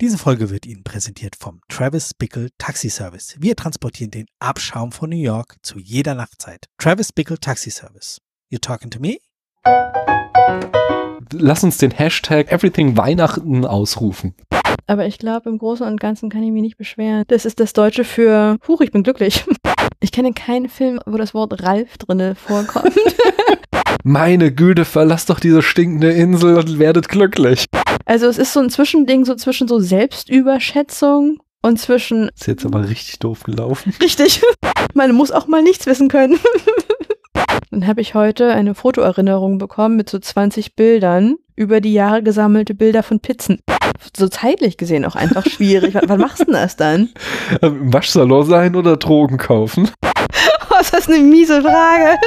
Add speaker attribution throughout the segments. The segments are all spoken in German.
Speaker 1: Diese Folge wird Ihnen präsentiert vom Travis Bickle Taxi Service. Wir transportieren den Abschaum von New York zu jeder Nachtzeit. Travis Bickle Taxi Service. You talking to me?
Speaker 2: Lass uns den Hashtag EverythingWeihnachten ausrufen.
Speaker 3: Aber ich glaube, im Großen und Ganzen kann ich mich nicht beschweren. Das ist das Deutsche für, huch, ich bin glücklich. Ich kenne keinen Film, wo das Wort Ralf drinne vorkommt.
Speaker 2: Meine Güte, verlasst doch diese stinkende Insel und werdet glücklich.
Speaker 3: Also es ist so ein Zwischending, so zwischen so Selbstüberschätzung und zwischen,
Speaker 2: Ist jetzt aber richtig doof gelaufen.
Speaker 3: richtig, man muss auch mal nichts wissen können. Dann habe ich heute eine Fotoerinnerung bekommen mit so 20 Bildern, über die Jahre gesammelte Bilder von Pizzen. So zeitlich gesehen auch einfach schwierig. W- Wann machst du denn das dann?
Speaker 2: Ähm, Im Waschsalon sein oder Drogen kaufen?
Speaker 3: Oh, ist das eine miese Frage.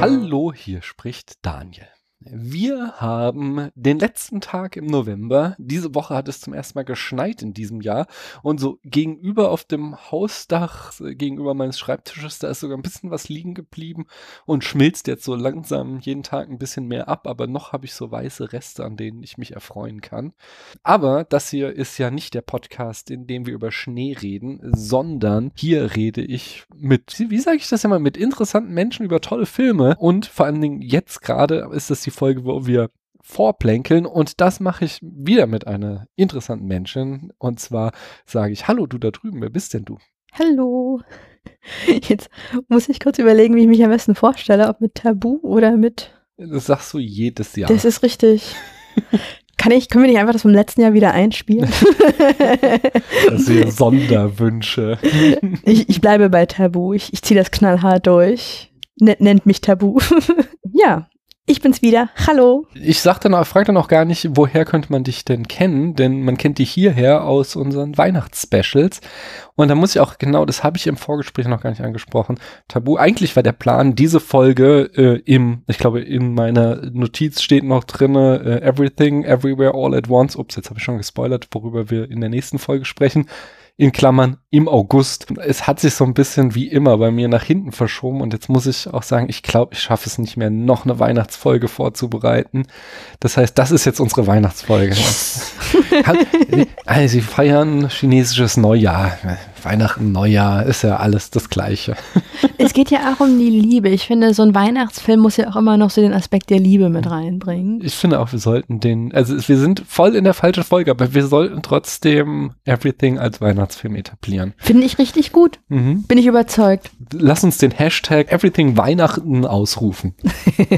Speaker 2: Hallo, hier spricht Daniel. Wir haben den letzten Tag im November. Diese Woche hat es zum ersten Mal geschneit in diesem Jahr. Und so gegenüber auf dem Hausdach, äh, gegenüber meines Schreibtisches, da ist sogar ein bisschen was liegen geblieben und schmilzt jetzt so langsam jeden Tag ein bisschen mehr ab. Aber noch habe ich so weiße Reste, an denen ich mich erfreuen kann. Aber das hier ist ja nicht der Podcast, in dem wir über Schnee reden, sondern hier rede ich mit, wie sage ich das immer, mit interessanten Menschen über tolle Filme. Und vor allen Dingen jetzt gerade ist das die Folge, wo wir vorplänkeln. Und das mache ich wieder mit einer interessanten Menschen. Und zwar sage ich, hallo du da drüben, wer bist denn du?
Speaker 3: Hallo. Jetzt muss ich kurz überlegen, wie ich mich am besten vorstelle, ob mit Tabu oder mit.
Speaker 2: Das sagst du jedes Jahr.
Speaker 3: Das ist richtig. Kann ich, können wir nicht einfach das vom letzten Jahr wieder einspielen?
Speaker 2: also hier Sonderwünsche.
Speaker 3: ich, ich bleibe bei Tabu. Ich, ich ziehe das knallhart durch. Nen- nennt mich Tabu. ja, ich bin's wieder. Hallo.
Speaker 2: Ich sag dann, frag dann auch gar nicht, woher könnte man dich denn kennen, denn man kennt dich hierher aus unseren Weihnachtsspecials. Und da muss ich auch genau, das habe ich im Vorgespräch noch gar nicht angesprochen. Tabu, eigentlich war der Plan, diese Folge äh, im, ich glaube, in meiner Notiz steht noch drinne äh, Everything, Everywhere, All at Once. Ups, jetzt habe ich schon gespoilert, worüber wir in der nächsten Folge sprechen. In Klammern im August. Es hat sich so ein bisschen wie immer bei mir nach hinten verschoben und jetzt muss ich auch sagen, ich glaube, ich schaffe es nicht mehr, noch eine Weihnachtsfolge vorzubereiten. Das heißt, das ist jetzt unsere Weihnachtsfolge. Hat- also, sie feiern chinesisches Neujahr. Weihnachten, Neujahr ist ja alles das Gleiche.
Speaker 3: Es geht ja auch um die Liebe. Ich finde, so ein Weihnachtsfilm muss ja auch immer noch so den Aspekt der Liebe mit reinbringen.
Speaker 2: Ich finde auch, wir sollten den, also es- wir sind voll in der falschen Folge, aber wir sollten trotzdem Everything als Weihnachtsfilm etablieren.
Speaker 3: Finde ich richtig gut.
Speaker 2: Mhm.
Speaker 3: Bin ich überzeugt.
Speaker 2: Lass uns den Hashtag EverythingWeihnachten ausrufen.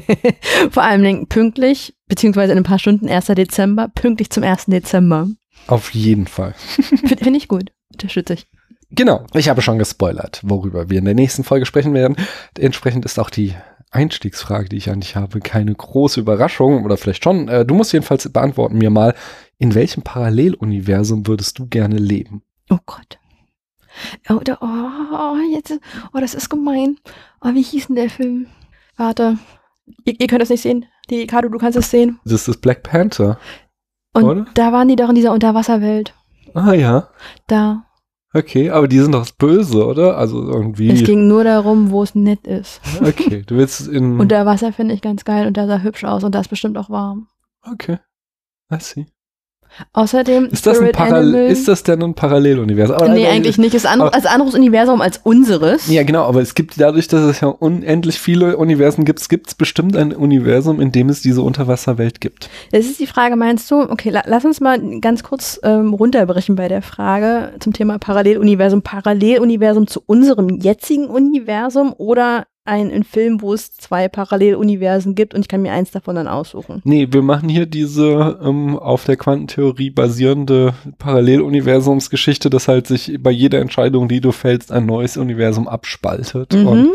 Speaker 3: Vor allem Dingen pünktlich, beziehungsweise in ein paar Stunden, 1. Dezember, pünktlich zum 1. Dezember.
Speaker 2: Auf jeden Fall.
Speaker 3: Finde find ich gut. Unterstütze ich.
Speaker 2: Genau, ich habe schon gespoilert, worüber wir in der nächsten Folge sprechen werden. Entsprechend ist auch die Einstiegsfrage, die ich an dich habe, keine große Überraschung oder vielleicht schon. Äh, Du musst jedenfalls beantworten mir mal, in welchem Paralleluniversum würdest du gerne leben?
Speaker 3: Oh Gott. Oh, da, oh, jetzt, oh, das ist gemein. Oh, wie hieß denn der Film? Warte. Ihr, ihr könnt das nicht sehen. Die Ricardo, du kannst es sehen.
Speaker 2: Das ist Black Panther.
Speaker 3: Und
Speaker 2: Oder?
Speaker 3: da waren die doch in dieser Unterwasserwelt.
Speaker 2: Ah ja,
Speaker 3: Da.
Speaker 2: okay, aber die sind doch böse, oder? Also irgendwie.
Speaker 3: Es ging nur darum, wo es nett ist.
Speaker 2: okay, du willst in.
Speaker 3: Unter Wasser finde ich ganz geil und da sah hübsch aus und da ist bestimmt auch warm.
Speaker 2: okay. I see.
Speaker 3: Außerdem
Speaker 2: Ist das, ein
Speaker 3: Spirit Animal.
Speaker 2: Parallel, ist das denn ein Paralleluniversum? Aber
Speaker 3: nee,
Speaker 2: nein,
Speaker 3: eigentlich nicht. Ist andere,
Speaker 2: aber-
Speaker 3: also anderes Universum als unseres.
Speaker 2: Ja, genau, aber es gibt dadurch, dass es ja unendlich viele Universen gibt, gibt es bestimmt ein Universum, in dem es diese Unterwasserwelt gibt.
Speaker 3: Es ist die Frage, meinst du, okay, la lass uns mal ganz kurz ähm, runterbrechen bei der Frage zum Thema Paralleluniversum. Paralleluniversum zu unserem jetzigen Universum oder ein, ein Film, wo es zwei Paralleluniversen gibt und ich kann mir eins davon dann aussuchen.
Speaker 2: Nee, wir machen hier diese ähm, auf der Quantentheorie basierende Paralleluniversumsgeschichte, dass halt sich bei jeder Entscheidung, die du fällst, ein neues Universum abspaltet und,
Speaker 3: Mhm.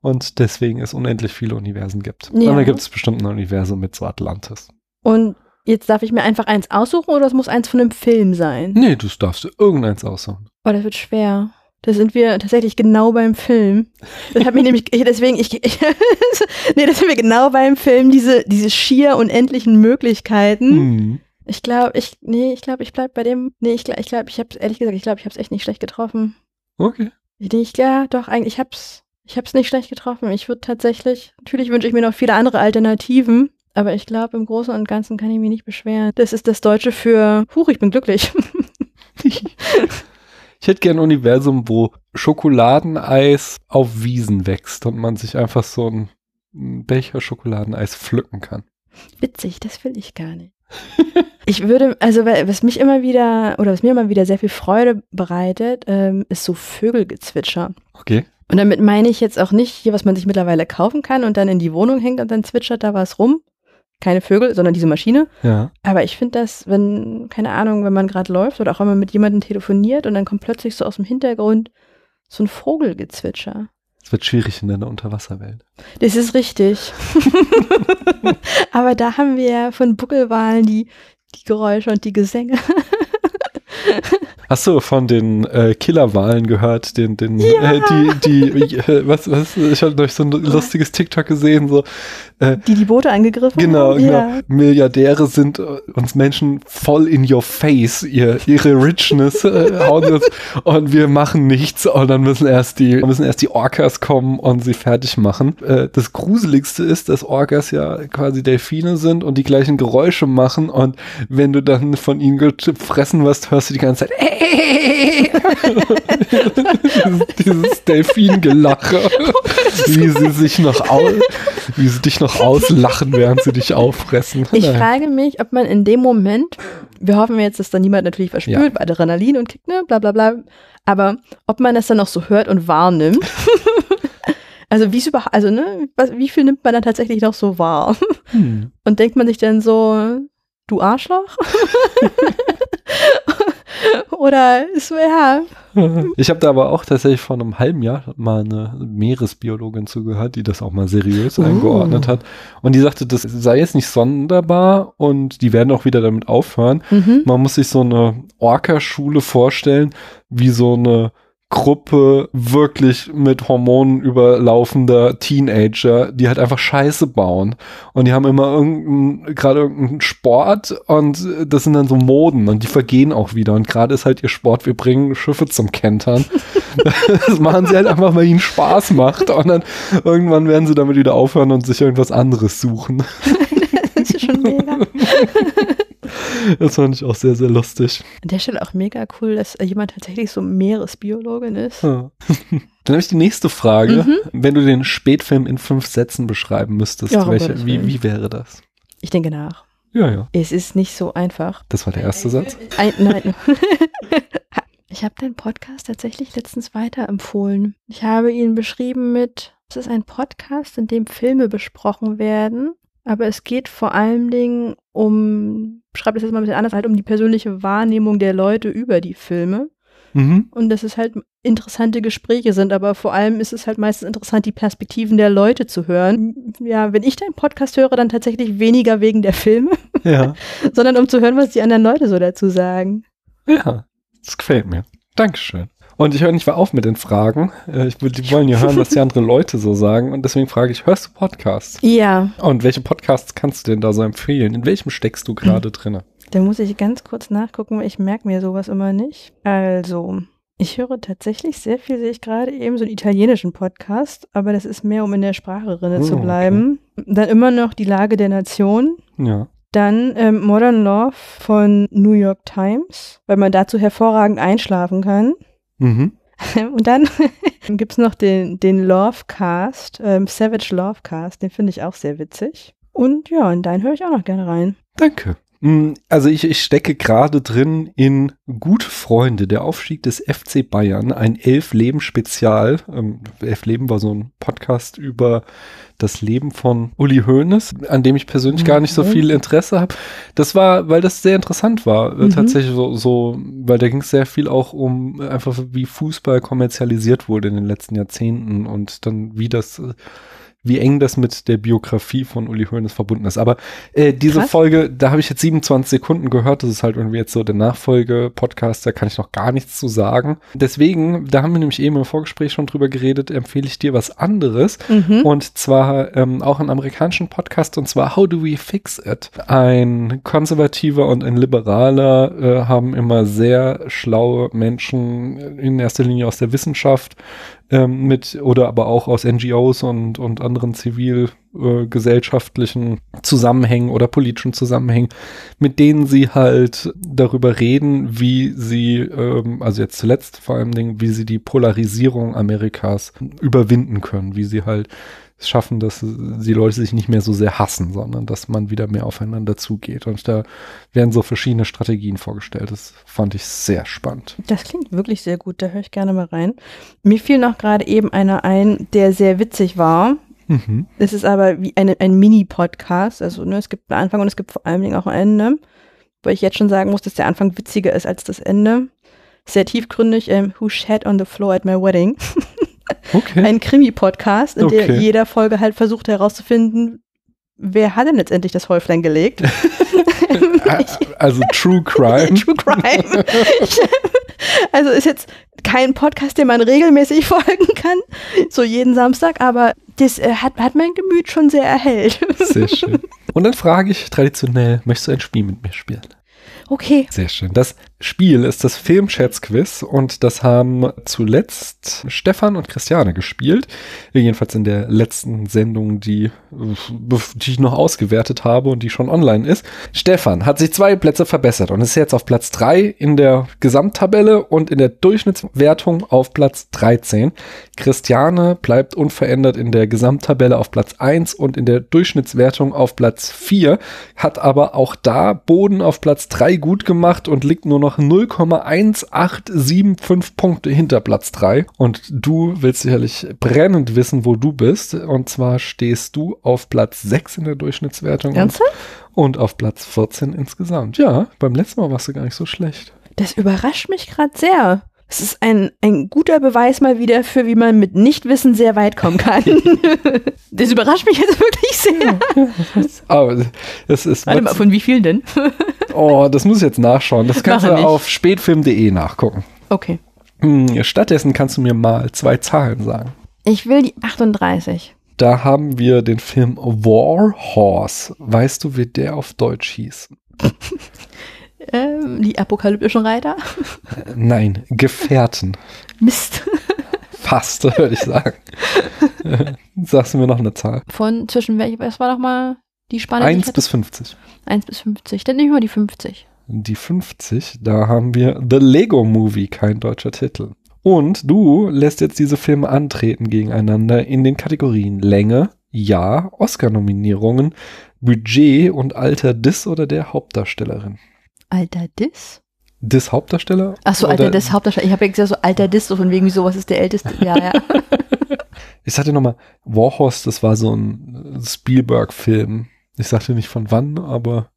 Speaker 2: und deswegen es unendlich viele Universen gibt.
Speaker 3: Ja.
Speaker 2: Und da gibt es bestimmt ein Universum mit so Atlantis.
Speaker 3: Und jetzt darf ich mir einfach eins aussuchen oder es muss eins von einem Film sein?
Speaker 2: Nee, du darfst irgendeins aussuchen.
Speaker 3: Oh, das wird schwer. Da sind wir tatsächlich genau beim Film. Das hat mich nämlich, ich, deswegen, ich, ich nee, da sind wir genau beim Film, diese, diese schier unendlichen Möglichkeiten.
Speaker 2: Mhm.
Speaker 3: Ich glaube, ich, nee, ich glaube, ich bleib bei dem, nee, ich glaube, ich glaube, ich hab's, ehrlich gesagt, ich glaube, ich hab's echt nicht schlecht getroffen.
Speaker 2: Okay.
Speaker 3: Ich, nee, ich, ja, doch, eigentlich, ich hab's, ich hab's nicht schlecht getroffen. Ich würde tatsächlich, natürlich wünsche ich mir noch viele andere Alternativen, aber ich glaube, im Großen und Ganzen kann ich mich nicht beschweren. Das ist das Deutsche für, huch, ich bin glücklich.
Speaker 2: Ich hätte gern ein Universum, wo Schokoladeneis auf Wiesen wächst und man sich einfach so einen Becher Schokoladeneis pflücken kann.
Speaker 3: Witzig, das will ich gar nicht. Ich würde, also weil- was mich immer wieder, oder was mir immer wieder sehr viel Freude bereitet, ähm, ist so Vögelgezwitscher.
Speaker 2: Okay.
Speaker 3: Und damit meine ich jetzt auch nicht hier, was man sich mittlerweile kaufen kann und dann in die Wohnung hängt und dann zwitschert da was rum. Keine Vögel, sondern diese Maschine.
Speaker 2: Ja.
Speaker 3: Aber ich finde das, wenn, keine Ahnung, wenn man gerade läuft oder auch wenn man mit jemandem telefoniert und dann kommt plötzlich so aus dem Hintergrund so ein Vogelgezwitscher.
Speaker 2: Es wird schwierig in deiner Unterwasserwelt.
Speaker 3: Das ist richtig. Aber da haben wir ja von Buckelwahlen die, die Geräusche und die Gesänge.
Speaker 2: Hast du von den äh, Killerwahlen gehört? Den, den,
Speaker 3: Ja.
Speaker 2: äh, die, die, äh, was, was? Ich hatte euch so ein lustiges TikTok gesehen, so
Speaker 3: Die die Boote angegriffen
Speaker 2: Genau,
Speaker 3: haben.
Speaker 2: genau. Milliardäre sind äh, uns Menschen voll in your face, ihr, ihre Richness äh, hauen uns und wir machen nichts und dann müssen erst die müssen erst die Orcas kommen und sie fertig machen. Äh, das gruseligste ist, dass Orcas ja quasi Delfine sind und die gleichen Geräusche machen und wenn du dann von ihnen gefressen wirst, hörst du die ganze Zeit dieses, dieses Delfingelache,
Speaker 3: Oh
Speaker 2: wie sie sich noch au wie sie dich noch auslachen, während sie dich auffressen.
Speaker 3: Ich
Speaker 2: Nein.
Speaker 3: frage mich, ob man in dem Moment, wir hoffen jetzt, dass da niemand natürlich verspürt, bei Adrenalin und Kick, ne, bla bla bla, aber ob man das dann noch so hört und wahrnimmt. also wie es überha- also ne, was, wie viel nimmt man dann tatsächlich noch so wahr?
Speaker 2: Hm.
Speaker 3: Und denkt man sich dann so, du Arschloch? Oder ist so, ja,
Speaker 2: Ich habe da aber auch tatsächlich vor einem halben Jahr mal eine Meeresbiologin zugehört, die das auch mal seriös
Speaker 3: Oh.
Speaker 2: eingeordnet hat. Und die sagte, das sei jetzt nicht sonderbar und die werden auch wieder damit aufhören.
Speaker 3: mhm.
Speaker 2: Man muss sich so eine Orca-Schule vorstellen, wie so eine Gruppe wirklich mit Hormonen überlaufender Teenager, die halt einfach Scheiße bauen. Und die haben immer irgendeinen, gerade irgendeinen Sport und das sind dann so Moden und die vergehen auch wieder. Und gerade ist halt ihr Sport, wir bringen Schiffe zum Kentern. das machen sie halt einfach, weil ihnen Spaß macht. Und dann irgendwann werden sie damit wieder aufhören und sich irgendwas anderes suchen.
Speaker 3: das ist schon mega.
Speaker 2: Das fand ich auch sehr, sehr lustig.
Speaker 3: An der Stelle auch mega cool, dass äh, jemand tatsächlich so Meeresbiologin ist. Mhm.
Speaker 2: Ja. Mhm. Dann habe ich die nächste Frage. Wenn du den Spätfilm in fünf Sätzen beschreiben müsstest,
Speaker 3: Ja, um Gottes
Speaker 2: welche,
Speaker 3: Willen.
Speaker 2: wie, wie wäre das?
Speaker 3: Ich denke nach.
Speaker 2: Ja, ja.
Speaker 3: Es ist nicht so einfach.
Speaker 2: Das war der erste Satz.
Speaker 3: Ein, nein. ich habe den Podcast tatsächlich letztens weiterempfohlen. Ich habe ihn beschrieben mit, es ist ein Podcast, in dem Filme besprochen werden, aber es geht vor allem Dingen um, schreibe das jetzt mal ein bisschen anders, halt um die persönliche Wahrnehmung der Leute über die Filme
Speaker 2: Mhm.
Speaker 3: und dass es halt interessante Gespräche sind, aber vor allem ist es halt meistens interessant, die Perspektiven der Leute zu hören. Ja, wenn ich deinen Podcast höre, dann tatsächlich weniger wegen der Filme,
Speaker 2: Ja.
Speaker 3: sondern um zu hören, was die anderen Leute so dazu sagen.
Speaker 2: ja, das gefällt mir. Dankeschön. Und ich höre nicht mal auf mit den Fragen. Äh, Ich, die wollen ja hören, was die anderen Leute so sagen. Und deswegen frage ich, hörst du Podcasts?
Speaker 3: Ja,
Speaker 2: Und welche Podcasts kannst du denn da so empfehlen? In welchem steckst du gerade drinne?
Speaker 3: da muss ich ganz kurz nachgucken, weil ich merke mir sowas immer nicht. Also, ich höre tatsächlich sehr viel, sehe ich gerade eben so einen italienischen Podcast, aber das ist mehr, um in der Sprache drinne
Speaker 2: Oh,
Speaker 3: zu
Speaker 2: okay.
Speaker 3: bleiben. Dann immer noch die Lage der Nation.
Speaker 2: Ja.
Speaker 3: Dann ähm, Modern Love von New York Times, weil man dazu hervorragend einschlafen kann.
Speaker 2: Mhm.
Speaker 3: Und dann gibt's noch den, den Lovecast, ähm, Savage Lovecast, den finde ich auch sehr witzig. Und ja, in deinen höre ich auch noch gerne rein.
Speaker 2: Danke. Mm, Also ich, ich stecke gerade drin in Gute Freunde, der Aufstieg des FC Bayern, ein Elf-Leben-Spezial. Ähm, Elf-Leben war so ein Podcast über das Leben von Uli Hoeneß, an dem ich persönlich gar nicht so
Speaker 3: Mhm.
Speaker 2: viel Interesse habe. Das war, weil das sehr interessant war, äh,
Speaker 3: Mhm.
Speaker 2: tatsächlich so, so, weil da ging es sehr viel auch um äh, einfach, wie Fußball kommerzialisiert wurde in den letzten Jahrzehnten und dann wie das äh, wie eng das mit der Biografie von Uli Hoeneß verbunden ist. Aber äh, diese
Speaker 3: Krass.
Speaker 2: Folge, da habe ich jetzt 27 Sekunden gehört. Das ist halt irgendwie jetzt so der Nachfolge-Podcast, da kann ich noch gar nichts zu sagen. Deswegen, da haben wir nämlich eben im Vorgespräch schon drüber geredet, empfehle ich dir was anderes.
Speaker 3: Mhm.
Speaker 2: Und zwar ähm, auch einen amerikanischen Podcast, und zwar How Do We Fix It? Ein konservativer und ein liberaler äh, haben immer sehr schlaue Menschen, in erster Linie aus der Wissenschaft, ähm, mit oder aber auch aus NGOs und, und anderen zivilgesellschaftlichen äh, gesellschaftlichen Zusammenhängen oder politischen Zusammenhängen, mit denen sie halt darüber reden, wie sie, ähm, also jetzt zuletzt vor allen Dingen, wie sie die Polarisierung Amerikas überwinden können, wie sie halt es schaffen, dass die Leute sich nicht mehr so sehr hassen, sondern dass man wieder mehr aufeinander zugeht. Und da werden so verschiedene Strategien vorgestellt. Das fand ich sehr spannend.
Speaker 3: Das klingt wirklich sehr gut, da höre ich gerne mal rein. Mir fiel noch gerade eben einer ein, der sehr witzig war.
Speaker 2: Mhm.
Speaker 3: Es ist aber wie eine, ein Mini-Podcast. Also ne, es gibt einen Anfang und es gibt vor allem auch ein Ende. Weil ich jetzt schon sagen muss, dass der Anfang witziger ist als das Ende. Sehr tiefgründig. Ähm, Who Shat on the Floor at My Wedding?
Speaker 2: Okay.
Speaker 3: Ein Krimi-Podcast, in
Speaker 2: Okay.
Speaker 3: der jeder Folge halt versucht herauszufinden, wer hat denn letztendlich das Häuflein gelegt?
Speaker 2: also True Crime.
Speaker 3: True Crime. Ich, also ist jetzt kein Podcast, den man regelmäßig folgen kann, so jeden Samstag, aber das äh, hat, hat mein Gemüt schon sehr erhellt.
Speaker 2: Sehr schön. Und dann frage ich traditionell, möchtest du ein Spiel mit mir spielen?
Speaker 3: Okay.
Speaker 2: Sehr schön. Das Spiel ist das Filmschätz-Quiz und das haben zuletzt Stefan und Christiane gespielt. Jedenfalls in der letzten Sendung, die, die ich noch ausgewertet habe und die schon online ist. Stefan hat sich zwei Plätze verbessert und ist jetzt auf Platz 3 in der Gesamttabelle und in der Durchschnittswertung auf Platz 13. Christiane bleibt unverändert in der Gesamttabelle auf Platz 1 und in der Durchschnittswertung auf Platz 4, hat aber auch da Boden auf Platz 3 gut gemacht und liegt nur noch 0,1875 Punkte hinter Platz 3. Und du willst sicherlich brennend wissen, wo du bist. Und zwar stehst du auf Platz 6 in der Durchschnittswertung und,
Speaker 3: Ernsthaft?
Speaker 2: und auf Platz 14 insgesamt. Ja, beim letzten Mal warst du gar nicht so schlecht.
Speaker 3: Das überrascht mich gerade sehr. Es ist ein, ein guter Beweis mal wieder für, wie man mit Nichtwissen sehr weit kommen kann. das überrascht mich jetzt wirklich sehr.
Speaker 2: Aber es ist.
Speaker 3: Warte mal, von wie vielen denn?
Speaker 2: Oh, das muss ich jetzt nachschauen. Das kannst
Speaker 3: Mache
Speaker 2: du
Speaker 3: nicht.
Speaker 2: auf spätfilm.de nachgucken.
Speaker 3: Okay.
Speaker 2: Hm, Stattdessen kannst du mir mal zwei Zahlen sagen.
Speaker 3: Ich will die 38.
Speaker 2: Da haben wir den Film War Horse. Weißt du, wie der auf Deutsch hieß?
Speaker 3: Ähm, die apokalyptischen Reiter?
Speaker 2: Äh, Nein, Gefährten.
Speaker 3: Mist.
Speaker 2: Fast, würde ich sagen. Äh, Sagst du mir noch eine Zahl?
Speaker 3: Von zwischen welchen, was war nochmal die Spanne? die ich
Speaker 2: Eins
Speaker 3: hatte?
Speaker 2: bis 50.
Speaker 3: 1 bis 50. Dann nehmen wir die 50.
Speaker 2: Die 50, da haben wir The Lego Movie, kein deutscher Titel. Und du lässt jetzt diese Filme antreten gegeneinander in den Kategorien Länge, Jahr, Oscar-Nominierungen, Budget und Alter des oder der Hauptdarstellerin.
Speaker 3: Alter Dis?
Speaker 2: Des Hauptdarsteller?
Speaker 3: Achso, Alter
Speaker 2: Oder-
Speaker 3: Dis, Hauptdarsteller. Ich habe ja gesagt, so Alter Dis, so von wegen, wieso, was ist der Älteste? Ja, ja.
Speaker 2: Ich sagte nochmal, Warhorse, das war so ein Spielberg-Film. Ich sagte nicht von wann, aber.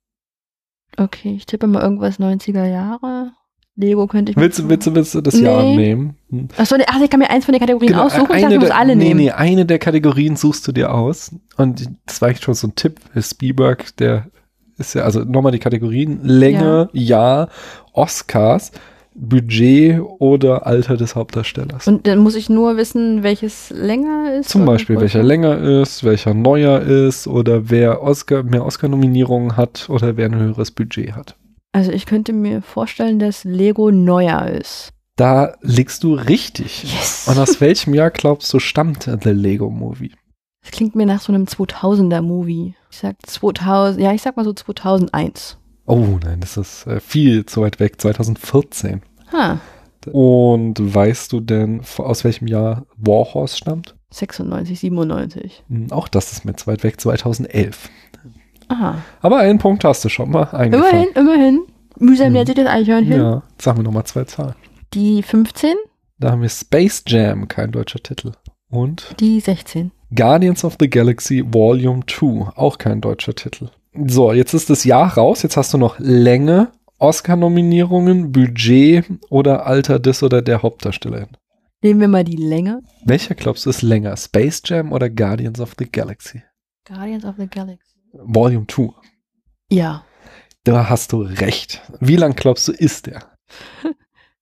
Speaker 3: Okay, ich tippe mal irgendwas 90er Jahre. Lego könnte ich.
Speaker 2: Willst du, willst du, willst du das Jahr
Speaker 3: Nee.
Speaker 2: nehmen? Hm.
Speaker 3: Achso, nee, ach, ich kann mir eins von den Kategorien aussuchen. Ich dachte, ich muss alle
Speaker 2: Genau, nee,
Speaker 3: nehmen.
Speaker 2: Nee, eine der Kategorien suchst du dir aus. Und das war echt schon so ein Tipp. Spielberg, der ist ja, also nochmal die Kategorien: Länge, Jahr, Oscars, Budget oder Alter des Hauptdarstellers.
Speaker 3: Und dann muss ich nur wissen, welches länger ist.
Speaker 2: Zum
Speaker 3: oder
Speaker 2: Beispiel,
Speaker 3: größer.
Speaker 2: welcher länger ist, welcher neuer ist oder wer Oscar, mehr Oscar-Nominierungen hat oder wer ein höheres Budget hat.
Speaker 3: Also, ich könnte mir vorstellen, dass Lego neuer ist.
Speaker 2: Da liegst du richtig.
Speaker 3: Yes!
Speaker 2: Und aus welchem Jahr glaubst du stammt The Lego Movie?
Speaker 3: Das klingt mir nach so einem 2000er-Movie. Ich sag 2000, ja, ich sag mal so 2001.
Speaker 2: Oh nein, das ist äh, viel zu weit weg. 2014.
Speaker 3: Ha,
Speaker 2: Und weißt du denn, f- aus welchem Jahr Warhorse stammt?
Speaker 3: 96, 97.
Speaker 2: Hm, Auch das ist mir zu weit weg. 2011.
Speaker 3: Aha.
Speaker 2: Aber einen Punkt hast du schon mal eingefangen.
Speaker 3: Immerhin, immerhin. Mühsam
Speaker 2: Mhm.
Speaker 3: lernt sich das Eichhörnchen.
Speaker 2: Ja, sag mir nochmal zwei Zahlen.
Speaker 3: Die 15,
Speaker 2: Da haben wir Space Jam, kein deutscher Titel. Und
Speaker 3: die 16.
Speaker 2: Guardians of the Galaxy Volume 2, auch kein deutscher Titel. So, jetzt ist das Jahr raus, jetzt hast du noch Länge, Oscar-Nominierungen, Budget oder Alter des oder der Hauptdarstellerin.
Speaker 3: Nehmen wir mal die Länge.
Speaker 2: Welcher glaubst du ist länger? Space Jam oder Guardians of the Galaxy?
Speaker 3: Guardians of the Galaxy.
Speaker 2: Volume 2.
Speaker 3: Ja,
Speaker 2: Da hast du recht. Wie lang glaubst du ist der?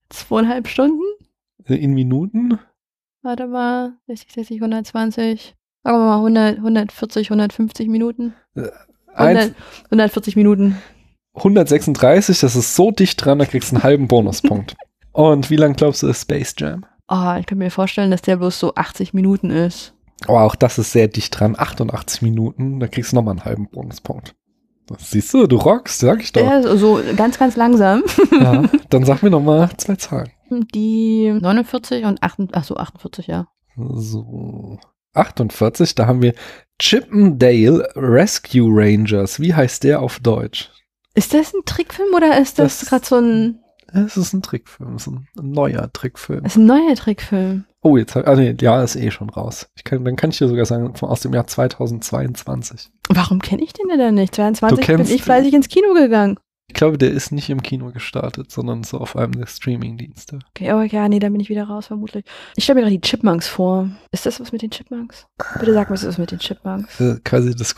Speaker 3: zweieinhalb Stunden.
Speaker 2: In Minuten?
Speaker 3: Warte mal, 60, 60, 120. Sagen wir mal 100, 140, 150 Minuten.
Speaker 2: Eins,
Speaker 3: 100, 140 Minuten.
Speaker 2: 136, das ist so dicht dran, da kriegst du einen halben Bonuspunkt. Und wie lang glaubst du ist Space Jam?
Speaker 3: Ah, ich könnte mir vorstellen, dass der bloß so 80 Minuten ist.
Speaker 2: Aber Oh, auch das ist sehr dicht dran. 88 Minuten, da kriegst du nochmal einen halben Bonuspunkt. Das siehst du, du rockst, sag ich doch.
Speaker 3: Der ist so ganz, ganz langsam.
Speaker 2: Ja, dann sag mir nochmal zwei Zahlen.
Speaker 3: Die 49 und 48, ach so, 48, ja.
Speaker 2: So. 48, da haben wir Chippendale Rescue Rangers. Wie heißt der auf Deutsch?
Speaker 3: Ist das ein Trickfilm oder ist das,
Speaker 2: Das-
Speaker 3: gerade so ein,
Speaker 2: Es ist ein Trickfilm, es ist ein neuer Trickfilm.
Speaker 3: ist ein neuer Trickfilm?
Speaker 2: Oh, jetzt hab, ah nee, ja, ist eh schon raus. Ich kann, dann kann ich dir sogar sagen, von, aus dem Jahr 2022.
Speaker 3: Warum kenne ich den denn nicht? 22 bin
Speaker 2: kennst-
Speaker 3: ich fleißig ins Kino gegangen.
Speaker 2: Ich glaube, der ist nicht im Kino gestartet, sondern so auf einem der Streaming-Dienste.
Speaker 3: Okay, oh ja, nee, dann bin ich wieder raus, vermutlich. Ich stelle mir gerade die Chipmunks vor. Ist das was mit den Chipmunks? Bitte sag mir, es ist mit den Chipmunks.
Speaker 2: Äh, Quasi das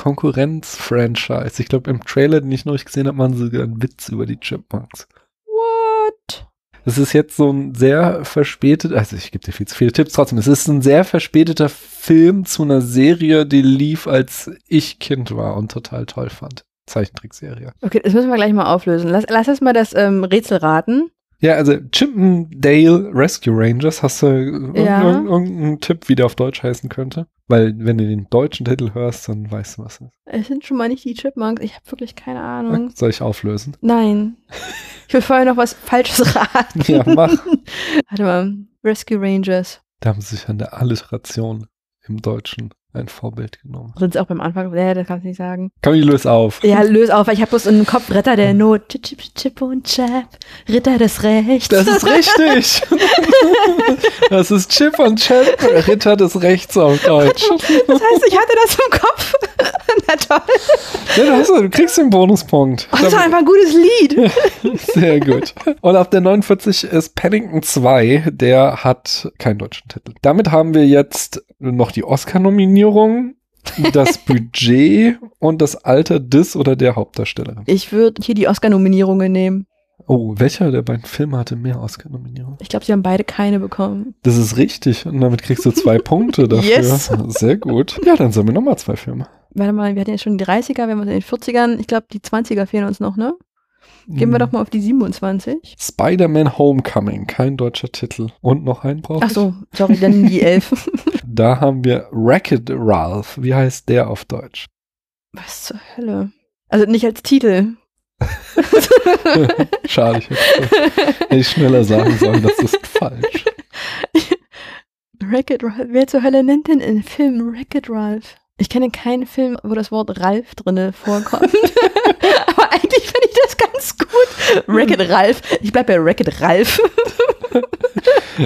Speaker 2: Konkurrenz-Franchise. Ich glaube, im Trailer, den ich neulich gesehen habe, machen sie sogar einen Witz über die Chipmunks.
Speaker 3: What?
Speaker 2: Es ist jetzt so ein sehr verspätet, also ich gebe dir viel zu viele Tipps trotzdem. Es ist ein sehr verspäteter Film zu einer Serie, die lief, als ich Kind war und total toll fand. Zeichentrickserie.
Speaker 3: Okay, das müssen wir gleich mal auflösen. Lass, lass uns mal das ähm, Rätsel raten.
Speaker 2: Ja, also Chippendale Rescue Rangers, hast du ir-
Speaker 3: Ja.
Speaker 2: ir- irgendeinen Tipp, wie der auf Deutsch heißen könnte? Weil wenn du den deutschen Titel hörst, dann weißt du, was es
Speaker 3: Es sind schon mal nicht die Chipmunks. Ich habe wirklich keine Ahnung.
Speaker 2: ist. Soll ich auflösen?
Speaker 3: Nein. Ich will vorher noch was Falsches raten.
Speaker 2: Ja, mach.
Speaker 3: Warte mal. Rescue Rangers.
Speaker 2: Da haben sie sich an der Alliteration im Deutschen ein Vorbild genommen.
Speaker 3: Sind es auch beim Anfang? Nee, das kannst du nicht sagen.
Speaker 2: Komm, ich löse auf.
Speaker 3: Ja, löse auf, weil ich habe bloß im Kopf Ritter der Not. Chip, chip, chip und chap. Ritter des Rechts.
Speaker 2: Das ist richtig. Das ist Chip und Chap, Ritter des Rechts auf Deutsch.
Speaker 3: Das heißt, ich hatte das im Kopf. Na toll.
Speaker 2: Ja, du, hast, du kriegst den Bonuspunkt.
Speaker 3: Oh, das war einfach ein gutes Lied.
Speaker 2: Sehr gut. Und auf der 49 ist Paddington 2, der hat keinen deutschen Titel. Damit haben wir jetzt noch die Oscar-Nominierung, das Budget und das Alter des oder der Hauptdarstellerin.
Speaker 3: Ich würde hier die Oscar-Nominierungen nehmen.
Speaker 2: Oh, welcher der beiden Filme hatte mehr Oscar-Nominierungen?
Speaker 3: Ich glaube, sie haben beide keine bekommen.
Speaker 2: Das ist richtig. Und damit kriegst du zwei Punkte dafür.
Speaker 3: Yes.
Speaker 2: Sehr gut. Ja, dann sammeln wir nochmal zwei Filme.
Speaker 3: Warte mal, wir hatten ja schon die 30er, wir haben uns in den 40ern. Ich glaube, die 20er fehlen uns noch, ne? Gehen wir doch mal auf die 27.
Speaker 2: Spider-Man Homecoming, kein deutscher Titel. Und noch einen brauche
Speaker 3: Ach so, sorry, dann die 11.
Speaker 2: ich. Da haben wir Racket Ralph. Wie heißt der auf Deutsch?
Speaker 3: Was zur Hölle? Also nicht als Titel.
Speaker 2: Schade, ich hätte nicht schneller sagen sollen, das ist falsch.
Speaker 3: Wreck-It Ralph. Wer zur Hölle nennt denn einen Film Wreck-It Ralph? Ich kenne keinen Film, wo das Wort Ralf drinne vorkommt. Aber eigentlich finde ich das ganz gut. Wreck-It Ralph. Ich bleibe bei Wreck-It Ralph.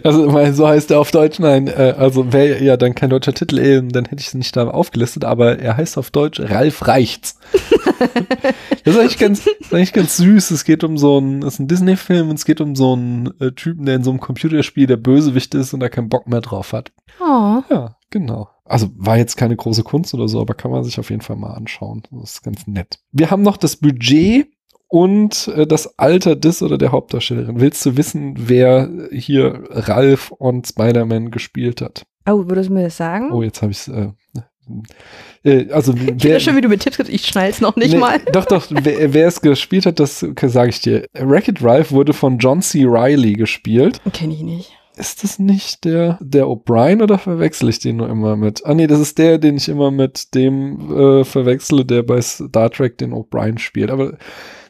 Speaker 2: Also, weil so heißt er auf Deutsch, nein, äh, also wäre ja dann kein deutscher Titel, eben, dann hätte ich es nicht da aufgelistet, aber er heißt auf Deutsch Ralf Reichts. das ist eigentlich ganz, das ist eigentlich ganz süß. Es geht um so einen, es ist ein Disney-Film und es geht um so einen äh, Typen, der in so einem Computerspiel der Bösewicht ist und da keinen Bock mehr drauf hat.
Speaker 3: Oh.
Speaker 2: Ja, genau. Also war jetzt keine große Kunst oder so, aber kann man sich auf jeden Fall mal anschauen. Das ist ganz nett. Wir haben noch das Budget und äh, das Alter des oder der Hauptdarstellerin. Willst du wissen, wer hier Ralf und Spider-Man gespielt hat?
Speaker 3: Oh, würdest du mir das sagen?
Speaker 2: Oh, jetzt habe ich es. Äh, äh, also
Speaker 3: ich finde
Speaker 2: wer,
Speaker 3: das schön, wie du mir Tipps gibst. Ich schnall's noch nicht
Speaker 2: Nee,
Speaker 3: mal.
Speaker 2: Doch, doch, wer wer es gespielt hat, das sage ich dir. Racket Ralph wurde von John C. Riley gespielt.
Speaker 3: Kenne ich nicht.
Speaker 2: Ist das nicht der, der O'Brien oder verwechsel ich den nur immer mit? Ah nee, das ist der, den ich immer mit dem äh, verwechsle, der bei Star Trek den O'Brien spielt. Aber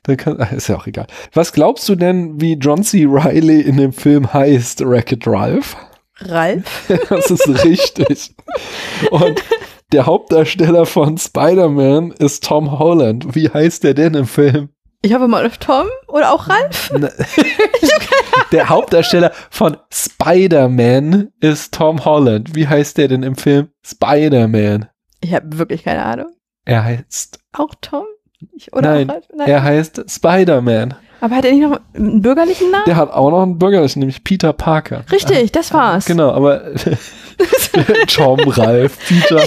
Speaker 2: dann kann, ah, ist ja auch egal. Was glaubst du denn, wie John C. Riley in dem Film heißt, Racket Ralph?
Speaker 3: Ralf?
Speaker 2: Das ist richtig. Und der Hauptdarsteller von Spider-Man ist Tom Holland. Wie heißt der denn im Film?
Speaker 3: Ich hoffe mal auf Tom oder auch Ralf.
Speaker 2: Ne- der Hauptdarsteller von Spider-Man ist Tom Holland. Wie heißt der denn im Film? Spider-Man.
Speaker 3: Ich habe wirklich keine Ahnung.
Speaker 2: Er heißt,
Speaker 3: Auch Tom? Ich, oder
Speaker 2: Nein,
Speaker 3: auch Ralf?
Speaker 2: er heißt Spider-Man.
Speaker 3: Aber hat er nicht noch einen bürgerlichen Namen?
Speaker 2: Der hat auch noch einen Bürger, das ist nämlich Peter Parker.
Speaker 3: Richtig, das war's.
Speaker 2: Genau, aber Tom, Ralf, Peter.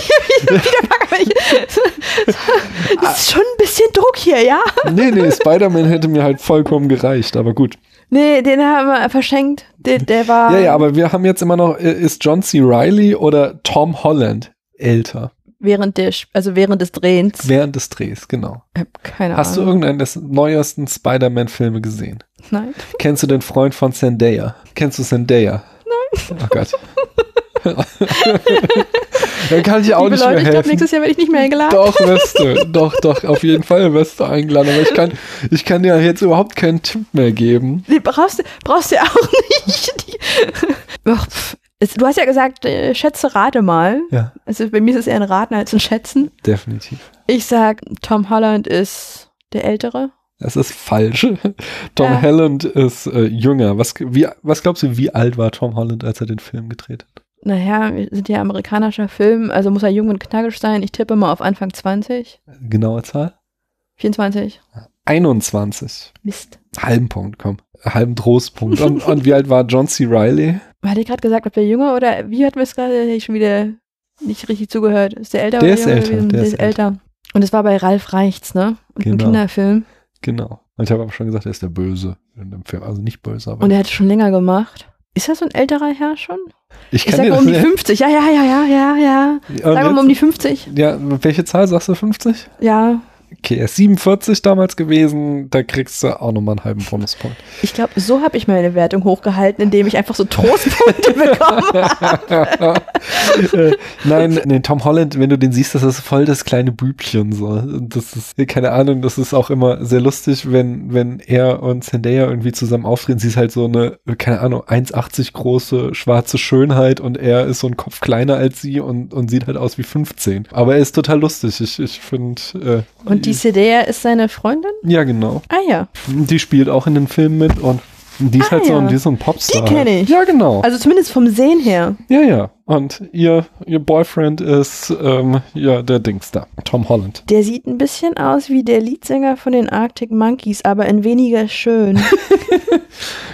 Speaker 3: Das ist schon ein bisschen Druck hier, ja?
Speaker 2: Nee, nee, Spider-Man hätte mir halt vollkommen gereicht, aber gut.
Speaker 3: Nee, den haben wir verschenkt. Der, der war.
Speaker 2: Ja, ja, aber wir haben jetzt immer noch, äh, ist John C. Riley oder Tom Holland älter?
Speaker 3: Während, der, Sch- also während des Drehens.
Speaker 2: Während des Drehs, genau.
Speaker 3: Ich hab keine
Speaker 2: Hast du
Speaker 3: Ahnung.
Speaker 2: irgendeinen des neuesten Spider-Man-Filme gesehen?
Speaker 3: Nein.
Speaker 2: Kennst du den Freund von Zendaya? Kennst du Zendaya? Nein. Oh Gott. Dann kann ich auch
Speaker 3: Liebe
Speaker 2: nicht
Speaker 3: Leute,
Speaker 2: mehr
Speaker 3: ich glaube,
Speaker 2: helfen.
Speaker 3: nächstes Jahr werde ich nicht mehr eingeladen.
Speaker 2: doch, wirst du. Doch, doch, auf jeden Fall wirst du eingeladen. Aber ich kann, ich kann dir jetzt überhaupt keinen Tipp mehr geben.
Speaker 3: Die brauchst, du- brauchst du ja auch nicht. Die, Ach, pff. Es- du hast ja gesagt, äh, schätze, rate mal.
Speaker 2: Ja,
Speaker 3: Also bei mir ist es eher ein Raten als ein Schätzen.
Speaker 2: definitiv.
Speaker 3: Ich sag, Tom Holland ist der Ältere.
Speaker 2: Das ist falsch. Tom
Speaker 3: Ja.
Speaker 2: Holland ist äh, jünger. Was, wie, was glaubst du, wie alt war Tom Holland, als er den Film gedreht hat?
Speaker 3: Naja, wir sind ja amerikanischer Film, also muss er jung und knackig sein. Ich tippe mal auf Anfang 20,
Speaker 2: Genaue Zahl?
Speaker 3: 24.
Speaker 2: 21.
Speaker 3: Mist.
Speaker 2: Halben Punkt, komm. Halben Trostpunkt. Und, und wie alt war John C. Riley?
Speaker 3: Hatte ich gerade gesagt, ob der Jünger oder wie hat mir es gerade? Hätte ich schon wieder nicht richtig zugehört. Ist der älter
Speaker 2: Der
Speaker 3: oder
Speaker 2: ist
Speaker 3: jünger
Speaker 2: älter,
Speaker 3: gewesen?
Speaker 2: der
Speaker 3: Der
Speaker 2: ist
Speaker 3: ist älter. Und es war bei Ralf Reichts, ne? Und ein
Speaker 2: Genau.
Speaker 3: Kinderfilm.
Speaker 2: Genau. Und ich habe aber schon gesagt, er ist der Böse in dem Film. Also nicht böse, aber
Speaker 3: Und er hat schon länger gemacht. Ist das so ein älterer Herr schon?
Speaker 2: ich
Speaker 3: Ich
Speaker 2: kann
Speaker 3: sag
Speaker 2: dir
Speaker 3: mal
Speaker 2: das
Speaker 3: um die
Speaker 2: nicht.
Speaker 3: 50. Ja, ja, ja, ja, ja, ja.
Speaker 2: Und
Speaker 3: Sagen wir mal um die
Speaker 2: jetzt-
Speaker 3: 50.
Speaker 2: ja, welche Zahl sagst du? 50?
Speaker 3: Ja.
Speaker 2: Okay, er ist 47 damals gewesen. Da kriegst du auch nochmal einen halben Bonuspunkt.
Speaker 3: Ich glaube, so habe ich meine Wertung hochgehalten, indem ich einfach so Trostpunkte bekomme.
Speaker 2: äh, nein, nee, Tom Holland, wenn du den siehst, das ist voll das kleine Bübchen so. Und Das ist, keine Ahnung, das ist auch immer sehr lustig, wenn, wenn er und Zendaya irgendwie zusammen auftreten. Sie ist halt so eine, keine Ahnung, 1,80 große schwarze Schönheit und er ist so ein Kopf kleiner als sie und, und sieht halt aus wie 15. Aber er ist total lustig. Ich, ich finde, äh,
Speaker 3: Und die Cedea ist seine Freundin?
Speaker 2: ja, genau.
Speaker 3: Ah ja.
Speaker 2: Die spielt auch in den Filmen mit und die ist
Speaker 3: Ah,
Speaker 2: halt so,
Speaker 3: ja.
Speaker 2: ein- die ist so ein Popstar.
Speaker 3: Die kenn
Speaker 2: halt.
Speaker 3: ich.
Speaker 2: Ja, genau.
Speaker 3: Also zumindest vom Sehen her.
Speaker 2: Ja, ja. Und ihr, ihr Boyfriend ist, ähm, ja, der Dings da. Tom Holland.
Speaker 3: Der sieht ein bisschen aus wie der Leadsänger von den Arctic Monkeys, aber in weniger schön.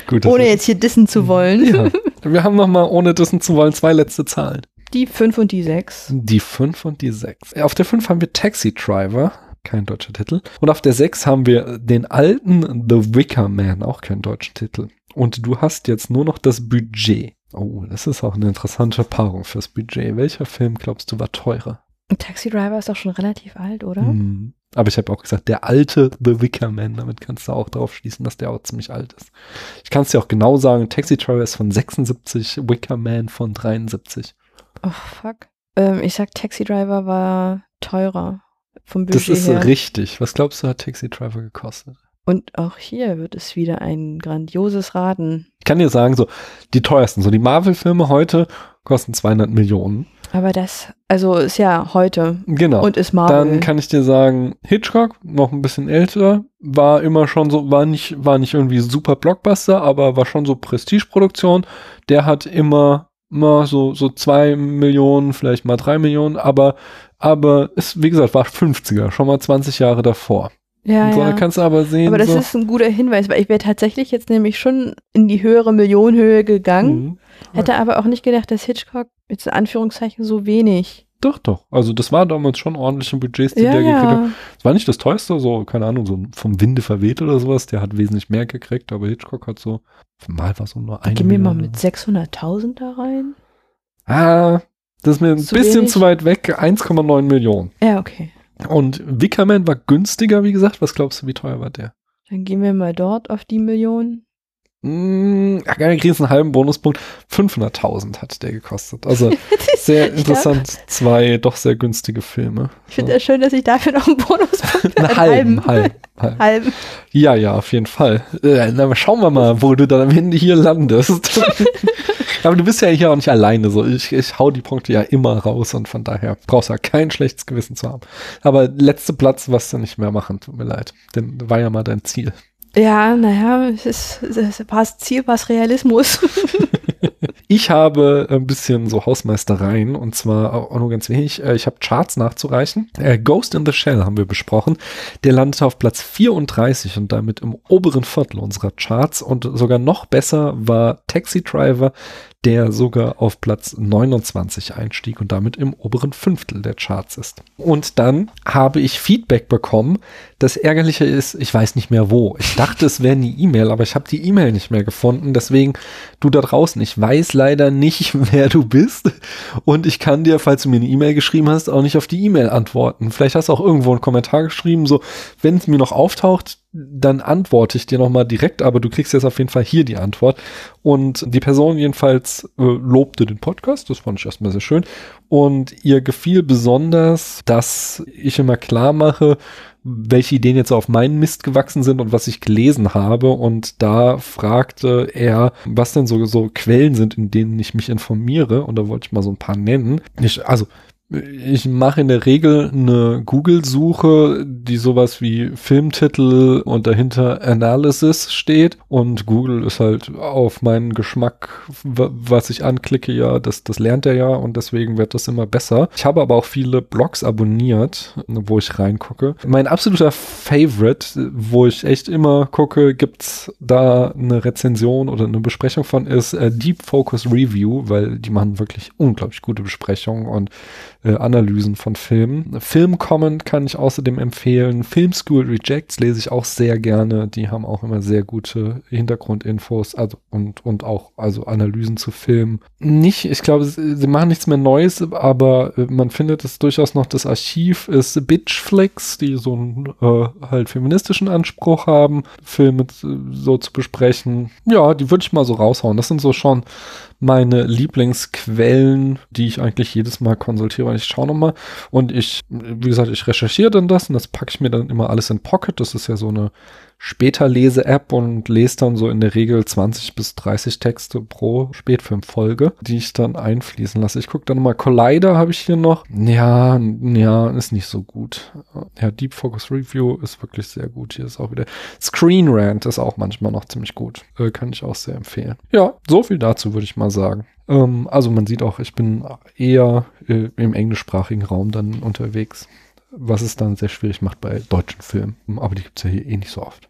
Speaker 2: Gut, das
Speaker 3: ohne
Speaker 2: ist-
Speaker 3: jetzt hier dissen zu wollen.
Speaker 2: Ja. Wir haben nochmal, ohne dessen zu wollen, zwei letzte Zahlen.
Speaker 3: Die 5 und die 6.
Speaker 2: Die 5 und die 6. Auf der 5 haben wir Taxi Driver. Kein deutscher Titel. Und auf der 6 haben wir den alten The Wicker Man. Auch keinen deutschen Titel. Und du hast jetzt nur noch das Budget. Oh, das ist auch eine interessante Paarung fürs Budget. Welcher Film, glaubst du, war teurer?
Speaker 3: Taxi Driver ist doch schon relativ alt, oder?
Speaker 2: Hm. Aber ich habe auch gesagt, der alte The Wicker Man, damit kannst du auch drauf schließen, dass der auch ziemlich alt ist. Ich kann es dir auch genau sagen, Taxi Driver ist von 76, Wicker Man von 73.
Speaker 3: Oh, fuck. Ähm, ich sag, Taxi Driver war teurer vom
Speaker 2: Das
Speaker 3: Budget
Speaker 2: ist
Speaker 3: her.
Speaker 2: richtig. Was glaubst du, hat Taxi Driver gekostet?
Speaker 3: Und auch hier wird es wieder ein grandioses Raten.
Speaker 2: Ich kann dir sagen, so die teuersten, so die Marvel-Filme heute kosten 200 Millionen.
Speaker 3: Aber das, also ist ja heute
Speaker 2: Genau.
Speaker 3: und ist Marvel.
Speaker 2: Dann kann ich dir sagen, Hitchcock, noch ein bisschen älter, war immer schon so, war nicht, war nicht irgendwie super Blockbuster, aber war schon so Prestigeproduktion. Der hat immer, immer so, so zwei Millionen, vielleicht mal drei Millionen, aber, aber es, wie gesagt, war 50er, schon mal 20 Jahre davor.
Speaker 3: ja,
Speaker 2: so, Da
Speaker 3: ja.
Speaker 2: kannst du aber sehen,
Speaker 3: Aber das
Speaker 2: so,
Speaker 3: ist ein guter Hinweis, weil ich wäre tatsächlich jetzt nämlich schon in die höhere Millionenhöhe gegangen,
Speaker 2: Mhm.
Speaker 3: hätte aber auch nicht gedacht, dass Hitchcock jetzt in Anführungszeichen so wenig.
Speaker 2: doch, doch. Also, das war damals schon ordentliche Budgets, die
Speaker 3: Ja,
Speaker 2: der gekriegt hat.
Speaker 3: ja.
Speaker 2: Es war nicht das teuerste, so, keine Ahnung, so vom Winde verweht oder sowas. Der hat wesentlich mehr gekriegt, aber Hitchcock hat so, mal war so nur ein.
Speaker 3: Gehen wir mal mit 600.000 da rein.
Speaker 2: Ah, das ist mir ein
Speaker 3: Zu
Speaker 2: bisschen
Speaker 3: wenig?
Speaker 2: zu weit weg, 1,9 Millionen.
Speaker 3: Ja, okay.
Speaker 2: Und Wickerman war günstiger, wie gesagt. Was glaubst du, wie teuer war der?
Speaker 3: Dann gehen wir mal dort auf die Million.
Speaker 2: Hm, ach, da kriegst du einen halben Bonuspunkt. 500.000 hat der gekostet. Also sehr
Speaker 3: Ich glaub-
Speaker 2: interessant. Zwei doch sehr günstige Filme.
Speaker 3: Ich finde es schön, dass ich dafür noch einen Bonus
Speaker 2: Einen halben, halben, halben.
Speaker 3: halb.
Speaker 2: Ja, ja, auf jeden Fall. Äh, na, aber schauen wir mal, wo du dann am Ende hier landest. aber du bist ja hier auch nicht alleine. So. Ich, ich hau die Punkte ja immer raus und von daher brauchst du ja kein schlechtes Gewissen zu haben. Aber letzter Platz, was du nicht mehr machen, tut mir leid. Denn war ja mal dein Ziel.
Speaker 3: Ja, naja, es ist, es ist war Ziel, was Realismus.
Speaker 2: Ich habe ein bisschen so Hausmeistereien und zwar äh, auch nur ganz wenig. Ich habe Charts nachzureichen. Äh, Ghost in the Shell haben wir besprochen. Der landet auf Platz 34 und damit im oberen Viertel unserer Charts. Und sogar noch besser war Taxi Driver, der sogar auf Platz 29 einstieg und damit im oberen Fünftel der Charts ist. Und dann habe ich Feedback bekommen. Das Ärgerliche ist, ich weiß nicht mehr wo. Ich dachte, es wäre eine E-Mail, aber ich habe die E-Mail nicht mehr gefunden. Deswegen, du da draußen, ich weiß leider nicht, wer du bist. Und ich kann dir, falls du mir eine E-Mail geschrieben hast, auch nicht auf die E-Mail antworten. Vielleicht hast du auch irgendwo einen Kommentar geschrieben, so, wenn es mir noch auftaucht, dann antworte ich dir nochmal direkt, aber du kriegst jetzt auf jeden Fall hier die Antwort. Und die Person jedenfalls äh, lobte den Podcast, das fand ich erstmal sehr schön. Und ihr gefiel besonders, dass ich immer klar mache, welche Ideen jetzt auf meinen Mist gewachsen sind und was ich gelesen habe. Und da fragte er, was denn so, so Quellen sind, in denen ich mich informiere. Und da wollte ich mal so ein paar nennen. Ich, also, ich mache in der Regel eine Google-Suche, die sowas wie Filmtitel und dahinter Analysis steht. Und Google ist halt auf meinen Geschmack, was ich anklicke, ja, das, das lernt er ja und deswegen wird das immer besser. Ich habe aber auch viele Blogs abonniert, wo ich reingucke. Mein absoluter Favorite, wo ich echt immer gucke, gibt's da eine Rezension oder eine Besprechung von, ist äh, Deep Focus Review, weil die machen wirklich unglaublich gute Besprechungen und äh, Analysen von Filmen. Film Comment kann ich außerdem empfehlen. Film School Rejects lese ich auch sehr gerne. Die haben auch immer sehr gute Hintergrundinfos also, und, und auch also Analysen zu Filmen. Nicht, ich glaube, sie machen nichts mehr Neues, aber äh, man findet es durchaus noch. Das Archiv ist Bitchflix, die so einen äh, halt feministischen Anspruch haben, Filme äh, so zu besprechen. Ja, die würde ich mal so raushauen. Das sind so schon meine Lieblingsquellen, die ich eigentlich jedes Mal konsultiere, weil ich schaue nochmal. Und ich, wie gesagt, ich recherchiere dann das und das packe ich mir dann immer alles in Pocket. Das ist ja so eine später Lese-App und lese dann so in der Regel 20 bis 30 Texte pro Spätfilmfolge, die ich dann einfließen lasse. Ich gucke dann mal Collider habe ich hier noch. Ja, ja, ist nicht so gut. Ja, Deep Focus Review ist wirklich sehr gut. Hier ist auch wieder Screen Rant ist auch manchmal noch ziemlich gut. Äh, kann ich auch sehr empfehlen. Ja, so viel dazu würde ich mal sagen also man sieht auch, ich bin eher äh, im englischsprachigen Raum dann unterwegs, was es dann sehr schwierig macht bei deutschen Filmen. Aber die gibt es ja hier eh nicht so oft.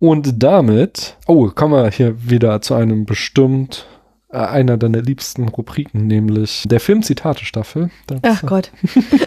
Speaker 2: Und damit, oh, kommen wir hier wieder zu einem bestimmt äh, einer deiner liebsten Rubriken, nämlich der Filmzitate-Staffel.
Speaker 3: Ach Gott.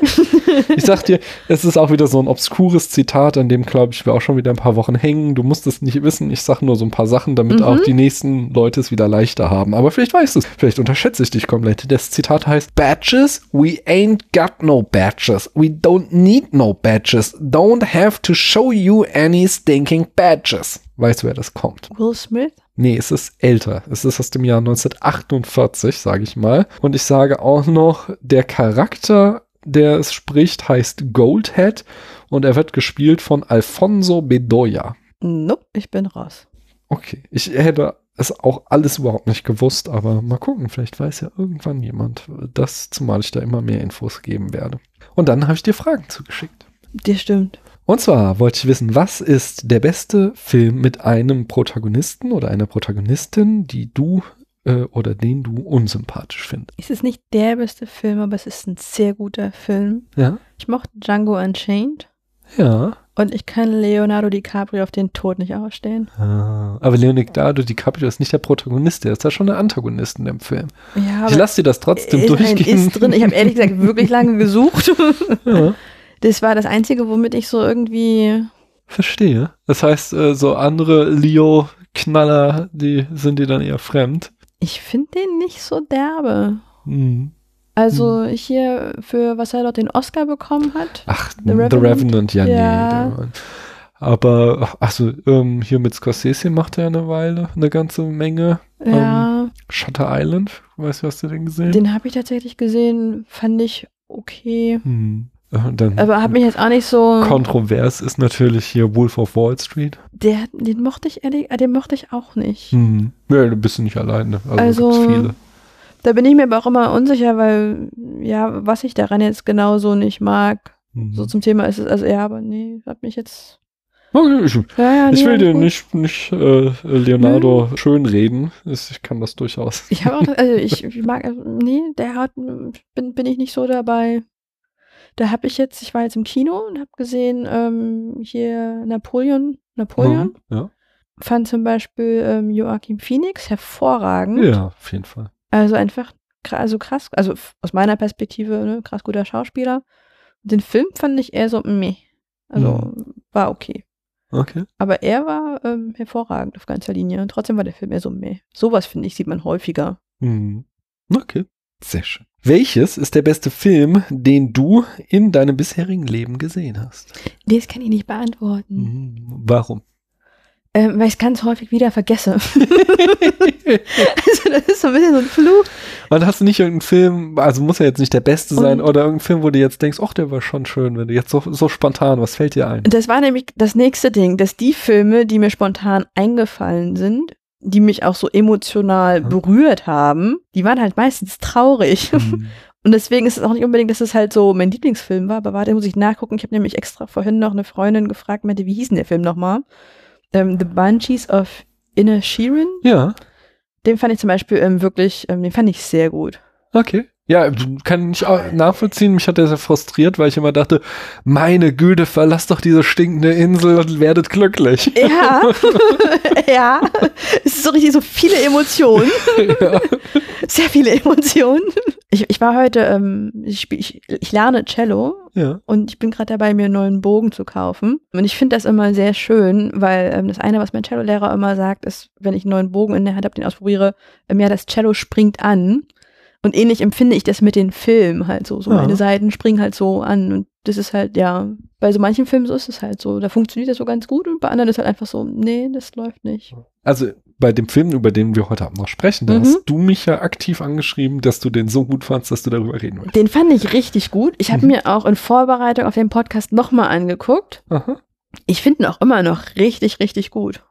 Speaker 2: ich sag dir, es ist auch wieder so ein obskures Zitat, an dem, glaube ich, wir auch schon wieder ein paar Wochen hängen. Du musst es nicht wissen. Ich sag nur so ein paar Sachen, damit
Speaker 3: Mhm.
Speaker 2: auch die nächsten Leute es wieder leichter haben. Aber vielleicht weißt du es. Vielleicht unterschätze ich dich komplett. Das Zitat heißt, Badges? We ain't got no badges. We don't need no badges. Don't have to show you any stinking badges. Weißt du, wer das kommt?
Speaker 3: Will Smith?
Speaker 2: Nee, es ist älter. Es ist aus dem Jahr 1948, sage ich mal. Und ich sage auch noch, der Charakter, der es spricht, heißt Goldhead und er wird gespielt von Alfonso Bedoya.
Speaker 3: Nope, ich bin raus.
Speaker 2: Okay, ich hätte es auch alles überhaupt nicht gewusst, aber mal gucken, vielleicht weiß ja irgendwann jemand das, zumal ich da immer mehr Infos geben werde. Und dann habe ich dir Fragen zugeschickt.
Speaker 3: Dir stimmt.
Speaker 2: Und zwar wollte ich wissen, was ist der beste Film mit einem Protagonisten oder einer Protagonistin, die du äh, oder den du unsympathisch findest?
Speaker 3: Es ist nicht der beste Film, aber es ist ein sehr guter Film.
Speaker 2: Ja.
Speaker 3: Ich mochte Django Unchained
Speaker 2: Ja.
Speaker 3: und ich kann Leonardo DiCaprio auf den Tod nicht ausstehen.
Speaker 2: Aber Leonardo DiCaprio ist nicht der Protagonist, der ist da schon der Antagonist in dem Film.
Speaker 3: Ja,
Speaker 2: ich lasse dir das trotzdem
Speaker 3: ist, ein
Speaker 2: durchgehen.
Speaker 3: ist drin. Ich habe ehrlich gesagt wirklich lange gesucht.
Speaker 2: ja,
Speaker 3: Das war das Einzige, womit ich so irgendwie.
Speaker 2: verstehe. Das heißt, äh, so andere Leo-Knaller, die sind dir dann eher fremd.
Speaker 3: Ich finde den nicht so derbe.
Speaker 2: Hm.
Speaker 3: Also hier für was er dort den Oscar bekommen hat.
Speaker 2: Ach, The
Speaker 3: The
Speaker 2: Revenant,
Speaker 3: Revenant,
Speaker 2: ja,
Speaker 3: ja.
Speaker 2: nee. Der Mann. Aber, also, ähm, hier mit Scorsese macht er eine Weile eine ganze Menge.
Speaker 3: Ja,
Speaker 2: Shutter Island, weißt du, hast du den gesehen?
Speaker 3: den habe ich tatsächlich gesehen, fand ich okay.
Speaker 2: hm. Äh, Dann
Speaker 3: Aber hat mich jetzt auch nicht so.
Speaker 2: kontrovers ist natürlich hier Wolf of Wall Street.
Speaker 3: Der, den mochte ich ehrlich, äh, den mochte ich auch nicht.
Speaker 2: Hm. Ja, du bist nicht alleine. Also,
Speaker 3: Also-
Speaker 2: gibt's viele.
Speaker 3: Da bin ich mir aber auch immer unsicher, weil, ja, was ich daran jetzt genau so nicht mag.
Speaker 2: Hm.
Speaker 3: So zum Thema ist es, also ja, aber nee, hat mich jetzt Ja, ja,
Speaker 2: Ich
Speaker 3: nee,
Speaker 2: will
Speaker 3: alles
Speaker 2: dir
Speaker 3: gut. Hm.
Speaker 2: nicht, nicht äh, Leonardo schönreden. Ich ich kann das durchaus.
Speaker 3: Ich habe auch, also ich, ich mag, also, nee, der hat, bin, bin ich nicht so dabei. Da habe ich jetzt, ich war jetzt im Kino und habe gesehen, ähm, hier Napoleon, Napoleon,
Speaker 2: Hm. Ja.
Speaker 3: fand zum Beispiel ähm, Joachim Phoenix hervorragend.
Speaker 2: ja, auf jeden Fall.
Speaker 3: Also einfach, kra- also krass, also f- aus meiner Perspektive, ne, krass guter Schauspieler. Den Film fand ich eher so, meh. Also
Speaker 2: Mhm.
Speaker 3: war okay.
Speaker 2: Okay.
Speaker 3: Aber er war ähm, hervorragend auf ganzer Linie. Und trotzdem war der Film eher so, meh. Sowas, finde ich, sieht man häufiger.
Speaker 2: Mhm. Okay. Sehr schön. Welches ist der beste Film, den du in deinem bisherigen Leben gesehen hast?
Speaker 3: Das kann ich nicht beantworten.
Speaker 2: Mhm. Warum?
Speaker 3: Ähm, weil ich es ganz häufig wieder vergesse. also das ist so ein bisschen so ein Fluch.
Speaker 2: Und hast du nicht irgendeinen Film, also muss ja jetzt nicht der beste sein,
Speaker 3: Und-
Speaker 2: oder irgendeinen Film, wo du jetzt denkst, ach, der war schon schön, wenn du jetzt so, so spontan, was fällt dir ein?
Speaker 3: Das war nämlich das nächste Ding, dass die Filme, die mir spontan eingefallen sind, die mich auch so emotional
Speaker 2: Mhm.
Speaker 3: berührt haben, die waren halt meistens traurig.
Speaker 2: Mhm.
Speaker 3: Und deswegen ist es auch nicht unbedingt, dass es halt so mein Lieblingsfilm war, aber warte, muss ich nachgucken. Ich habe nämlich extra vorhin noch eine Freundin gefragt, meinte, wie hieß denn der Film nochmal? Ähm, The Bunchies of Inner Sheeran.
Speaker 2: Ja,
Speaker 3: Den fand ich zum Beispiel ähm, wirklich, ähm, den fand ich sehr gut.
Speaker 2: okay. Ja, kann ich auch nachvollziehen. Mich hat der sehr frustriert, weil ich immer dachte, meine Güte, verlasst doch diese stinkende Insel und werdet glücklich.
Speaker 3: Ja, ja. Es ist so richtig so viele Emotionen.
Speaker 2: ja.
Speaker 3: sehr viele Emotionen. Ich, ich war heute, ähm, ich, spiel, ich, ich lerne Cello
Speaker 2: ja.
Speaker 3: und ich bin gerade dabei, mir einen neuen Bogen zu kaufen. Und ich finde das immer sehr schön, weil ähm, das eine, was mein Cellolehrer immer sagt, ist, wenn ich einen neuen Bogen in der Hand habe, den ausprobiere, ähm, ja, das Cello springt an. Und ähnlich empfinde ich das mit den Filmen halt so. So
Speaker 2: Ja.
Speaker 3: meine Seiten springen halt so an. Und das ist halt, ja, bei so manchen Filmen so ist es halt so. Da funktioniert das so ganz gut und bei anderen ist halt einfach so, nee, das läuft nicht.
Speaker 2: Also bei dem Film, über den wir heute Abend noch sprechen, da
Speaker 3: Mhm.
Speaker 2: hast du mich ja aktiv angeschrieben, dass du den so gut fandst, dass du darüber reden willst.
Speaker 3: Den fand ich richtig gut. Ich habe
Speaker 2: Mhm.
Speaker 3: mir auch in Vorbereitung auf den Podcast nochmal angeguckt.
Speaker 2: Aha.
Speaker 3: Ich finde ihn auch immer noch richtig, richtig gut.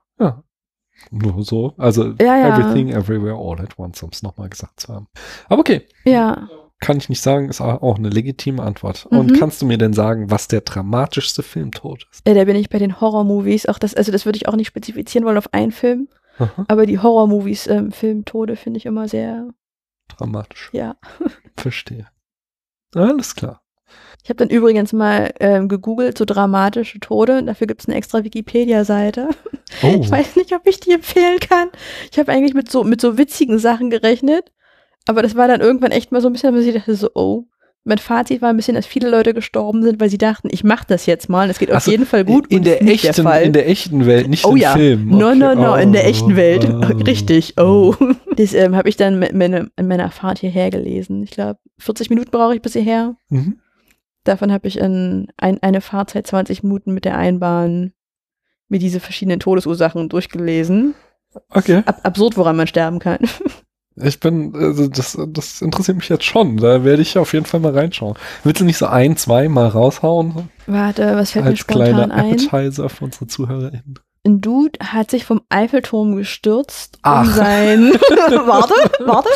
Speaker 2: Nur so. Also
Speaker 3: Ja, ja.
Speaker 2: Everything, Everywhere, All at Once, um es nochmal gesagt zu haben. Aber okay.
Speaker 3: Ja.
Speaker 2: Kann ich nicht sagen, ist auch eine legitime Antwort.
Speaker 3: Mhm.
Speaker 2: Und kannst du mir denn sagen, was der dramatischste Filmtod ist?
Speaker 3: ja Äh, da bin ich bei den Horror-Movies. Auch das, also das würde ich auch nicht spezifizieren wollen auf einen Film.
Speaker 2: Aha,
Speaker 3: Aber die Horror-Movies, ähm, Filmtode finde ich immer sehr,
Speaker 2: dramatisch.
Speaker 3: ja.
Speaker 2: Verstehe. Alles klar.
Speaker 3: Ich habe dann übrigens mal ähm, gegoogelt, so dramatische Tode. Dafür gibt es eine extra Wikipedia-Seite.
Speaker 2: Oh,
Speaker 3: Ich weiß nicht, ob ich die empfehlen kann. Ich habe eigentlich mit so, mit so witzigen Sachen gerechnet, aber das war dann irgendwann echt mal so ein bisschen, dass ich dachte so, oh. Mein Fazit war ein bisschen, dass viele Leute gestorben sind, weil sie dachten, ich mache das jetzt mal, es geht
Speaker 2: Ach
Speaker 3: auf
Speaker 2: so,
Speaker 3: jeden Fall gut.
Speaker 2: in,
Speaker 3: und
Speaker 2: der
Speaker 3: ist nicht
Speaker 2: echten,
Speaker 3: Fall.
Speaker 2: in der echten Welt, nicht
Speaker 3: Oh
Speaker 2: im
Speaker 3: ja.
Speaker 2: Film.
Speaker 3: No, no,
Speaker 2: Okay.
Speaker 3: no, in der
Speaker 2: Oh,
Speaker 3: echten Welt.
Speaker 2: oh.
Speaker 3: Richtig, oh. Das ähm, habe ich dann mit meine, in meiner Fahrt hierher gelesen. Ich glaube, 40 Minuten brauche ich bis hierher.
Speaker 2: Mhm.
Speaker 3: Davon habe ich in ein, eine Fahrzeit 20 Minuten mit der Einbahn mir diese verschiedenen Todesursachen durchgelesen.
Speaker 2: Okay.
Speaker 3: Ab absurd, woran man sterben kann.
Speaker 2: Ich bin, also das, das interessiert mich jetzt schon. Da werde ich auf jeden Fall mal reinschauen. Willst du nicht so ein, zwei Mal raushauen
Speaker 3: Warte, was fällt mir
Speaker 2: als
Speaker 3: spontan
Speaker 2: kleiner
Speaker 3: ein?
Speaker 2: Appetizer für unsere ZuhörerInnen?
Speaker 3: Ein Dude hat sich vom Eiffelturm gestürzt,
Speaker 2: Ach.
Speaker 3: um sein. warte, warte.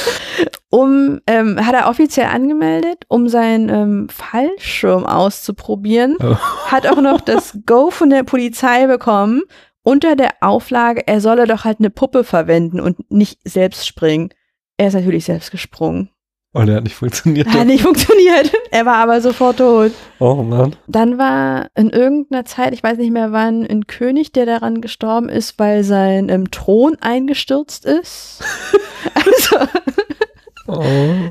Speaker 3: Um, ähm, hat er offiziell angemeldet, um seinen ähm, Fallschirm auszuprobieren.
Speaker 2: Oh.
Speaker 3: Hat auch noch das Go von der Polizei bekommen, unter der Auflage, er solle doch halt eine Puppe verwenden und nicht selbst springen. Er ist natürlich selbst gesprungen.
Speaker 2: Oh, der hat nicht funktioniert.
Speaker 3: Hat nicht funktioniert. Er war aber sofort tot.
Speaker 2: Oh Mann.
Speaker 3: Dann war in irgendeiner Zeit, ich weiß nicht mehr wann, ein König, der daran gestorben ist, weil sein ähm, Thron eingestürzt ist. also,
Speaker 2: Oh.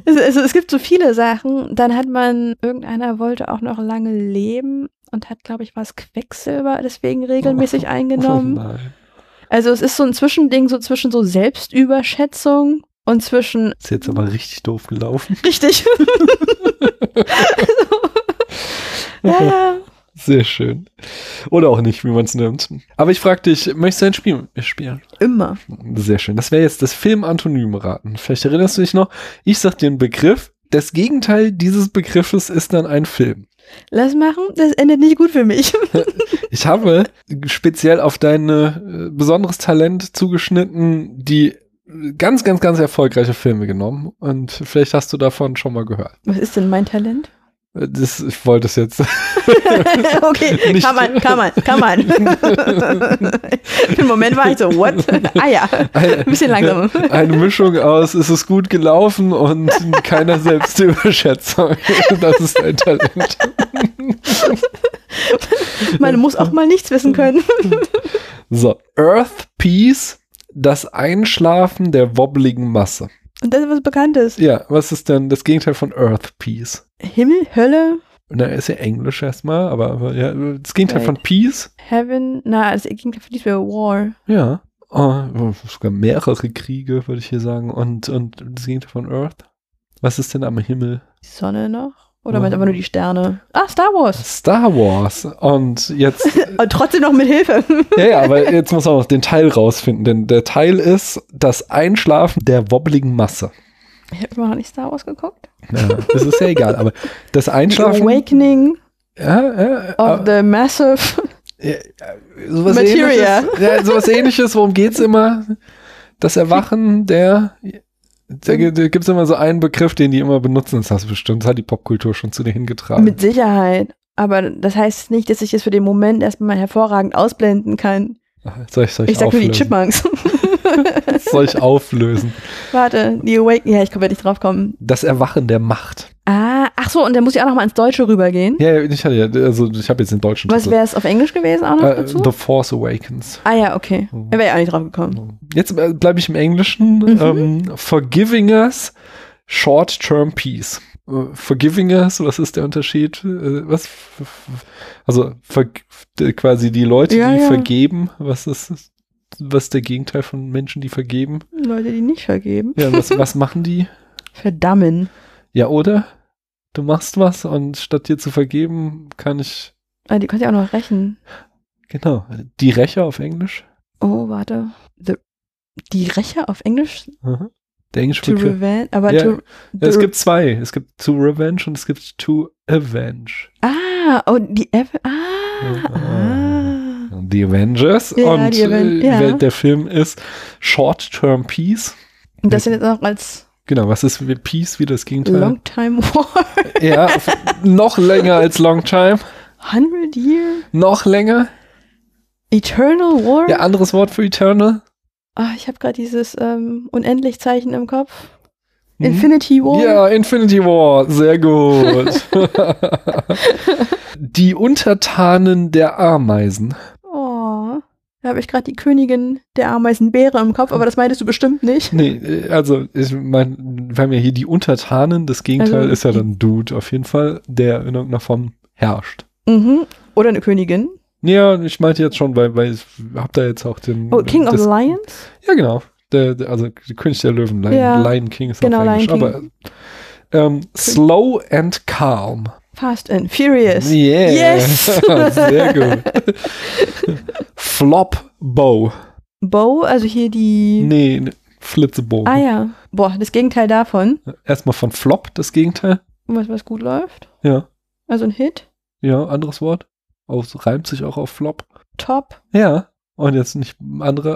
Speaker 3: es- also es gibt so viele Sachen. Dann hat man, irgendeiner wollte auch noch lange leben und hat, glaube ich, was Quecksilber deswegen regelmäßig
Speaker 2: Oh
Speaker 3: eingenommen.
Speaker 2: nein.
Speaker 3: Also es ist so ein Zwischending, so zwischen so Selbstüberschätzung und zwischen
Speaker 2: Ist jetzt aber richtig doof gelaufen.
Speaker 3: richtig. also, ja.
Speaker 2: Sehr schön. Oder auch nicht, wie man es nimmt. Aber ich frage dich, möchtest du ein Spiel mit mir spielen?
Speaker 3: Immer.
Speaker 2: Sehr schön. Das wäre jetzt das Film-Antonym raten. Vielleicht erinnerst du dich noch, ich sag dir einen Begriff. Das Gegenteil dieses Begriffes ist dann ein Film.
Speaker 3: Lass machen, das endet nicht gut für mich.
Speaker 2: Ich habe speziell auf dein äh, besonderes Talent zugeschnitten, die äh, ganz, ganz, ganz erfolgreiche Filme genommen. Und vielleicht hast du davon schon mal gehört. Äh,
Speaker 3: Was ist denn mein Talent?
Speaker 2: Das, ich wollte es jetzt.
Speaker 3: okay,
Speaker 2: Nicht-
Speaker 3: kann man, kann man, kann man. Für den Moment war ich so, what? Ah ja, ein bisschen langsamer.
Speaker 2: Eine Mischung aus, es ist gut gelaufen und keiner Selbstüberschätzung. Das ist ein Talent.
Speaker 3: Man muss auch mal nichts wissen können.
Speaker 2: So, Earth Peace, das Einschlafen der wobbligen Masse.
Speaker 3: Und das ist was Bekanntes.
Speaker 2: Ja, was ist denn das Gegenteil von Earth Peace?
Speaker 3: Himmel, Hölle,
Speaker 2: Na, ist ja Englisch erstmal, aber, aber ja, das Gegenteil
Speaker 3: Right.
Speaker 2: von Peace,
Speaker 3: Heaven, na, das ging für die War.
Speaker 2: ja. Oh, sogar mehrere Kriege, würde ich hier sagen. Und, und das Gegenteil von Earth? Was ist denn am Himmel?
Speaker 3: Die Sonne noch? Oder meinst du
Speaker 2: Wow.
Speaker 3: einfach nur die Sterne? Ah, Star Wars.
Speaker 2: Star Wars. Und jetzt,
Speaker 3: Und trotzdem noch mit Hilfe.
Speaker 2: ja, ja, aber jetzt muss man noch den Teil rausfinden, denn der Teil ist das Einschlafen der wobbligen Masse.
Speaker 3: Ich habe immer noch nicht Star Wars geguckt.
Speaker 2: Ja, das ist ja egal, aber das
Speaker 3: The
Speaker 2: Einschlafen.
Speaker 3: Awakening
Speaker 2: Ja, ja, äh,
Speaker 3: of
Speaker 2: aber-
Speaker 3: the Massive.
Speaker 2: ja, äh, sowas
Speaker 3: Materia.
Speaker 2: ähnliches. Ja, sowas ähnliches, worum geht's immer? Das Erwachen der.
Speaker 3: Hm.
Speaker 2: Da gibt es immer so einen Begriff, den die immer benutzen. Das hast du bestimmt, das hat die Popkultur schon zu dir hingetragen.
Speaker 3: Mit Sicherheit. Aber das heißt nicht, dass ich es für den Moment erstmal hervorragend ausblenden kann.
Speaker 2: Ah, soll ich, soll ich,
Speaker 3: Ich sag nur die
Speaker 2: auflösen?
Speaker 3: Chipmunks.
Speaker 2: soll ich auflösen?
Speaker 3: Warte, The Awakening. Ja, ich kann ja nicht drauf kommen.
Speaker 2: Das Erwachen der Macht.
Speaker 3: Ah, ach so, und dann muss ich auch noch mal ins Deutsche rübergehen.
Speaker 2: Ja, ja, ich hatte ja, also ich habe jetzt den deutschen
Speaker 3: Was
Speaker 2: Titel.
Speaker 3: wäre es auf Englisch gewesen auch noch
Speaker 2: Äh,
Speaker 3: dazu?
Speaker 2: The Force Awakens.
Speaker 3: Ah ja, okay. Da wäre ich auch nicht drauf gekommen.
Speaker 2: Jetzt äh, bleibe ich im Englischen.
Speaker 3: Mhm.
Speaker 2: Ähm, forgiving us, short-term peace. Äh, Forgiving us, was ist der Unterschied? Äh, Was? f- f- Also ver d- quasi die Leute,
Speaker 3: Ja,
Speaker 2: die
Speaker 3: ja.
Speaker 2: vergeben. Was ist was ist der Gegenteil von Menschen, die vergeben?
Speaker 3: Leute, die nicht vergeben.
Speaker 2: Ja, was, was machen die?
Speaker 3: Verdammen.
Speaker 2: Ja, oder? Du machst was und statt dir zu vergeben, kann ich
Speaker 3: Ah, die konnte ja auch noch rächen.
Speaker 2: genau die Rächer auf Englisch.
Speaker 3: Oh, warte. The, die Rächer auf Englisch?
Speaker 2: Mhm. Der englische
Speaker 3: To
Speaker 2: Begriff.
Speaker 3: Revenge? Aber
Speaker 2: Ja,
Speaker 3: to,
Speaker 2: Ja, es
Speaker 3: the-
Speaker 2: gibt zwei. Es gibt To Revenge und es gibt To Avenge.
Speaker 3: Ah, oh, die Ev Ah,
Speaker 2: Ja.
Speaker 3: ah.
Speaker 2: The Avengers
Speaker 3: Ja,
Speaker 2: und
Speaker 3: die Aven-
Speaker 2: äh,
Speaker 3: ja.
Speaker 2: wer- der Film ist Short-Term Peace.
Speaker 3: Und das sind jetzt auch als
Speaker 2: Genau, was ist wie Peace wie das Gegenteil?
Speaker 3: Long Time War.
Speaker 2: ja, f- noch länger als Long Time.
Speaker 3: 100 Year?
Speaker 2: Noch länger.
Speaker 3: Eternal War?
Speaker 2: Ja, anderes Wort für Eternal.
Speaker 3: Ah, ich habe gerade dieses ähm, Unendlich-Zeichen im Kopf.
Speaker 2: Mhm.
Speaker 3: Infinity War?
Speaker 2: Ja, Infinity War. Sehr gut. die Untertanen der Ameisen.
Speaker 3: Oh. Da habe ich gerade die Königin der Ameisenbeere im Kopf, aber das meintest du bestimmt nicht.
Speaker 2: Nee, äh, also ich meine, wir haben ja hier die Untertanen, das Gegenteil
Speaker 3: Also,
Speaker 2: ist ja
Speaker 3: die-
Speaker 2: dann Dude auf jeden Fall, der in irgendeiner Form herrscht.
Speaker 3: Mhm. Oder eine Königin.
Speaker 2: Ja, ich meinte jetzt schon, weil, weil ich hab da jetzt auch den.
Speaker 3: Oh, King of
Speaker 2: Mhm, das,
Speaker 3: Lions?
Speaker 2: Ja, genau. Der, der, also der König der Löwen, Lion,
Speaker 3: Ja.
Speaker 2: Lion King ist
Speaker 3: Genau,
Speaker 2: auf Englisch,
Speaker 3: Lion
Speaker 2: aber ähm, Slow and Calm.
Speaker 3: Fast and Furious.
Speaker 2: Yeah.
Speaker 3: Yes.
Speaker 2: Sehr gut. Flop Bow.
Speaker 3: Bow, also hier die.
Speaker 2: Nee, ne, Flitzebogen.
Speaker 3: Ah ja. Boah, das Gegenteil davon.
Speaker 2: Erstmal von Flop, das Gegenteil.
Speaker 3: Was, was gut läuft.
Speaker 2: Ja.
Speaker 3: Also ein Hit.
Speaker 2: Ja, anderes Wort. Aus, reimt sich auch auf Flop.
Speaker 3: Top.
Speaker 2: Ja. Und jetzt nicht andere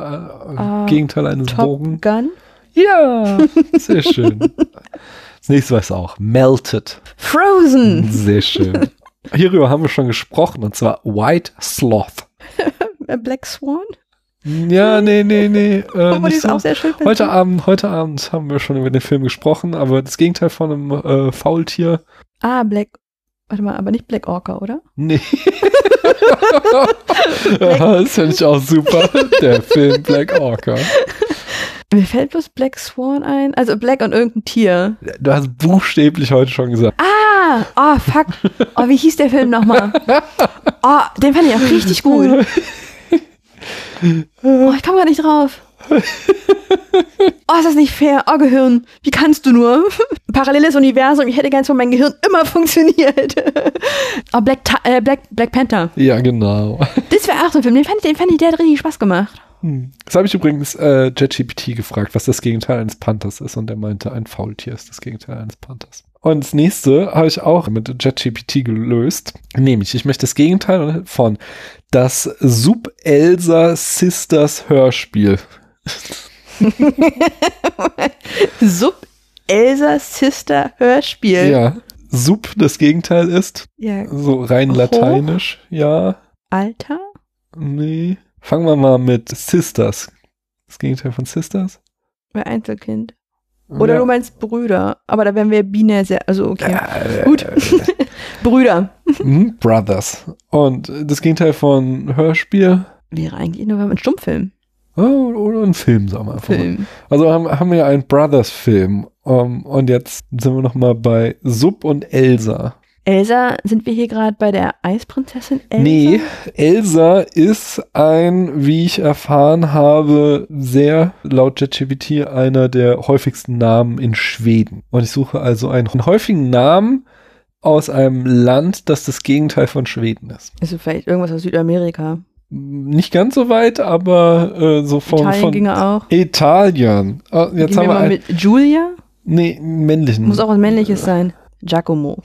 Speaker 2: äh,
Speaker 3: Ah,
Speaker 2: Gegenteil eines
Speaker 3: Top
Speaker 2: Bogen.
Speaker 3: Gun.
Speaker 2: Ja, sehr schön. Das nächste war es auch. Melted.
Speaker 3: Frozen.
Speaker 2: Sehr schön. Hierüber haben wir schon gesprochen und zwar White Sloth.
Speaker 3: Äh, Black Swan.
Speaker 2: Ja, nee, nee, nee. Äh,
Speaker 3: Aber die
Speaker 2: nicht
Speaker 3: ist
Speaker 2: so.
Speaker 3: auch sehr schön.
Speaker 2: Heute Abend, heute Abend haben wir schon über den Film gesprochen, aber das Gegenteil von einem äh, Faultier.
Speaker 3: Ah, Black. Warte mal, aber nicht Black Orca, oder?
Speaker 2: Nee. das finde ich auch super. Der Film Black Orca.
Speaker 3: Mir fällt bloß Black Swan ein. Also Black und irgendein Tier.
Speaker 2: Du hast buchstäblich heute schon gesagt.
Speaker 3: Ah, oh, fuck. Oh, wie hieß der Film nochmal? Oh, den fand ich auch richtig gut. Oh, ich komme gar nicht drauf. Oh, ist das nicht fair? Oh, Gehirn, wie kannst du nur? Paralleles Universum, ich hätte gern, von mein Gehirn immer funktioniert. Oh, Black, Ta äh, Black, Black Panther.
Speaker 2: Ja, genau.
Speaker 3: Das wäre auch so ein Film, den fand ich, den fand ich, der hat richtig Spaß gemacht.
Speaker 2: Hm. Das habe ich übrigens äh, JetGPT gefragt, was das Gegenteil eines Panthers ist. Und er meinte, ein Faultier ist das Gegenteil eines Panthers. Und das nächste habe ich auch mit JetGPT gelöst. Nämlich, ich möchte das Gegenteil von das Sub-Elsa Sisters Hörspiel.
Speaker 3: Sub Elsa Sister Hörspiel.
Speaker 2: Ja. Sub das Gegenteil ist.
Speaker 3: Ja,
Speaker 2: So rein
Speaker 3: Hoch?
Speaker 2: lateinisch, ja.
Speaker 3: Alter?
Speaker 2: Nee. Fangen wir mal mit Sisters. Das Gegenteil von Sisters?
Speaker 3: Bei Einzelkind. Oder
Speaker 2: ja.
Speaker 3: du meinst Brüder. Aber da wären wir Biene sehr. Also, okay.
Speaker 2: Äh,
Speaker 3: Gut. Brüder.
Speaker 2: hm, Brothers. Und das Gegenteil von Hörspiel
Speaker 3: Wäre eigentlich nur ein Stummfilm.
Speaker 2: oh, oder ein Film, sagen wir einfach mal.
Speaker 3: Film.
Speaker 2: Also haben, haben wir einen Brothers-Film. Um, und jetzt sind wir nochmal bei Sub und Elsa.
Speaker 3: Elsa, sind wir hier gerade bei der Eisprinzessin Elsa?
Speaker 2: Nee, Elsa ist ein, wie ich erfahren habe, sehr laut ChatGPT einer der häufigsten Namen in Schweden. Und ich suche also einen häufigen Namen aus einem Land, das das Gegenteil von Schweden ist.
Speaker 3: Also vielleicht irgendwas aus Südamerika.
Speaker 2: Nicht ganz so weit, aber äh, so von,
Speaker 3: Italien
Speaker 2: von
Speaker 3: ginge auch.
Speaker 2: Italien. Ah, jetzt haben
Speaker 3: Gehen
Speaker 2: wir Hm.
Speaker 3: mal
Speaker 2: einen
Speaker 3: mit Julia.
Speaker 2: nee, männlichen.
Speaker 3: Muss auch was Männliches sein. Giacomo.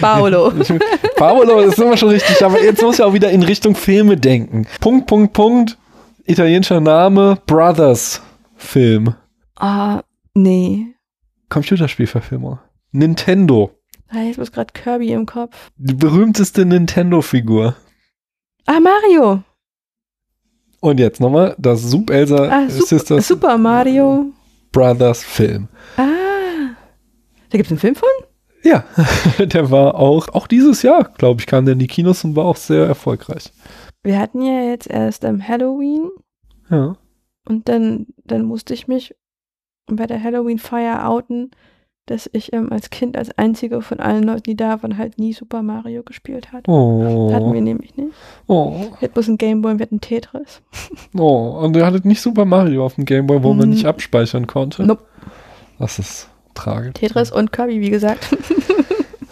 Speaker 3: Paolo.
Speaker 2: Paolo, das sind wir schon richtig. Aber jetzt muss ich auch wieder in Richtung Filme denken. Punkt, Punkt, Punkt. Italienischer Name, Brothers Film.
Speaker 3: Ah, nee.
Speaker 2: Computerspielverfilmung. Nintendo.
Speaker 3: Ah, Jetzt muss gerade Kirby im Kopf.
Speaker 2: Die berühmteste Nintendo-Figur.
Speaker 3: Ah, Mario.
Speaker 2: Und jetzt nochmal das Sub Elsa
Speaker 3: Ah, Super,
Speaker 2: Sisters
Speaker 3: Super Mario.
Speaker 2: Brothers Film.
Speaker 3: Ah. Da gibt es einen Film von?
Speaker 2: Ja, der war auch, auch dieses Jahr, glaube ich, kam der in die Kinos und war auch sehr erfolgreich.
Speaker 3: Wir hatten ja jetzt erst am Halloween
Speaker 2: Ja.
Speaker 3: und dann, dann musste ich mich bei der Halloween-Feier outen, dass ich ähm, als Kind als einzige von allen Leuten, die da waren, halt nie Super Mario gespielt hat. Hatten wir
Speaker 2: Oh.
Speaker 3: nämlich nicht.
Speaker 2: Oh.
Speaker 3: Wir hatten bloß einen Gameboy und wir hatten Tetris.
Speaker 2: oh. Und ihr hattet nicht Super Mario auf dem Gameboy, wo man
Speaker 3: Mhm.
Speaker 2: nicht abspeichern konnte.
Speaker 3: Nope.
Speaker 2: Das ist tragisch.
Speaker 3: Tetris und Kirby, wie gesagt.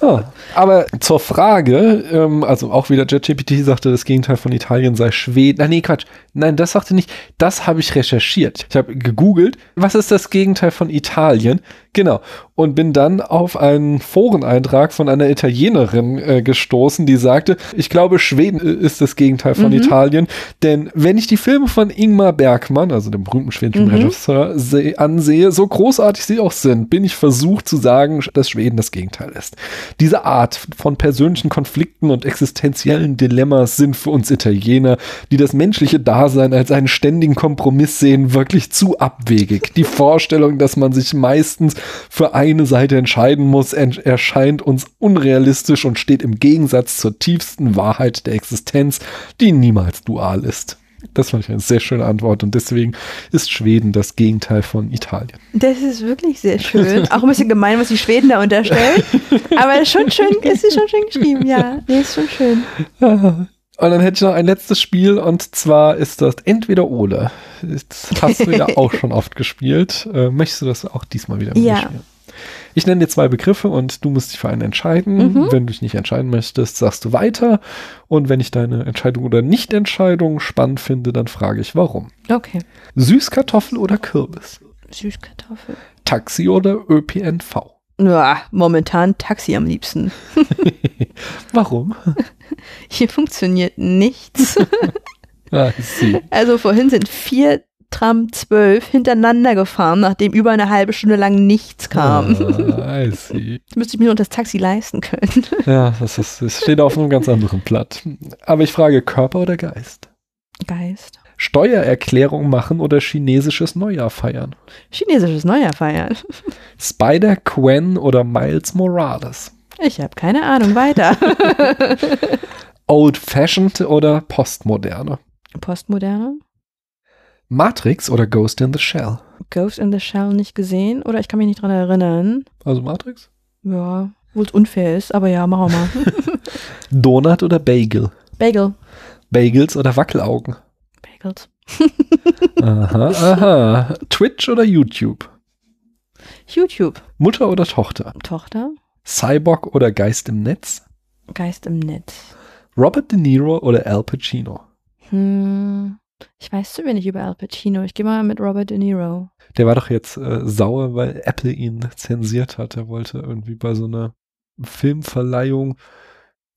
Speaker 2: Ja. Aber zur Frage, ähm, also auch wieder JetGPT sagte, das Gegenteil von Italien sei Schweden. Nein, nee, Quatsch. Nein, das sagte nicht. Das habe ich recherchiert. Ich habe gegoogelt, was ist das Gegenteil von Italien? Genau. Und bin dann auf einen Foreneintrag von einer Italienerin äh, gestoßen, die sagte, ich glaube, Schweden äh, ist das Gegenteil von
Speaker 3: Mhm.
Speaker 2: Italien. Denn wenn ich die Filme von Ingmar Bergmann, also dem berühmten schwedischen
Speaker 3: Mhm.
Speaker 2: Regisseur, se ansehe, so großartig sie auch sind, bin ich versucht zu sagen, dass Schweden das Gegenteil ist. Diese Art von persönlichen Konflikten und existenziellen Dilemmas sind für uns Italiener, die das menschliche Dasein als einen ständigen Kompromiss sehen, wirklich zu abwegig. Die Vorstellung, dass man sich meistens für eine Seite entscheiden muss, en- erscheint uns unrealistisch und steht im Gegensatz zur tiefsten Wahrheit der Existenz, die niemals dual ist. Das fand ich eine sehr schöne Antwort und deswegen ist Schweden das Gegenteil von Italien.
Speaker 3: Das ist wirklich sehr schön. Auch ein bisschen gemein, was die Schweden da unterstellen. Aber ist schon schön, es ist schon schön geschrieben, ja. Nee, ist schon schön. Ah.
Speaker 2: Und dann hätte ich noch ein letztes Spiel und zwar ist das entweder oder. Das hast du ja auch schon oft gespielt. Äh, möchtest du das auch diesmal wieder mit
Speaker 3: Ja.
Speaker 2: mir spielen? Ich nenne dir zwei Begriffe und du musst dich für einen entscheiden.
Speaker 3: Mhm.
Speaker 2: Wenn du dich nicht entscheiden möchtest, sagst du weiter. Und wenn ich deine Entscheidung oder Nichtentscheidung spannend finde, dann frage ich warum.
Speaker 3: Okay.
Speaker 2: Süßkartoffel oder Kürbis?
Speaker 3: Süßkartoffel.
Speaker 2: Taxi oder ÖPNV?
Speaker 3: Ja, momentan Taxi am liebsten.
Speaker 2: Warum?
Speaker 3: Hier funktioniert nichts.
Speaker 2: Ah, I see.
Speaker 3: Also vorhin sind vier Tram 12 hintereinander gefahren, nachdem über eine halbe Stunde lang nichts kam.
Speaker 2: Ah, I see.
Speaker 3: Jetzt müsste ich mir nur das Taxi leisten können.
Speaker 2: Ja, das, ist, das steht auf einem ganz anderen Blatt. Aber ich frage, Körper oder Geist?
Speaker 3: Geist.
Speaker 2: Steuererklärung machen oder chinesisches Neujahr feiern?
Speaker 3: Chinesisches Neujahr feiern.
Speaker 2: Spider Quen oder Miles Morales?
Speaker 3: Ich habe keine Ahnung. Weiter.
Speaker 2: Old Fashioned oder Postmoderne?
Speaker 3: Postmoderne.
Speaker 2: Matrix oder Ghost in the Shell?
Speaker 3: Ghost in the Shell nicht gesehen oder ich kann mich nicht dran erinnern.
Speaker 2: Also Matrix?
Speaker 3: Ja, obwohl es unfair ist, aber ja, machen wir mal.
Speaker 2: Donut oder Bagel?
Speaker 3: Bagel.
Speaker 2: Bagels oder Wackelaugen?
Speaker 3: Bagels.
Speaker 2: Aha, aha. Twitch oder YouTube?
Speaker 3: YouTube.
Speaker 2: Mutter oder Tochter?
Speaker 3: Tochter.
Speaker 2: Cyborg oder Geist im Netz?
Speaker 3: Geist im Netz.
Speaker 2: Robert De Niro oder Al Pacino?
Speaker 3: Hm. Ich weiß zu wenig über Al Pacino. Ich gehe mal mit Robert De Niro.
Speaker 2: Der war doch jetzt äh, sauer, weil Apple ihn zensiert hat. Er wollte irgendwie bei so einer Filmverleihung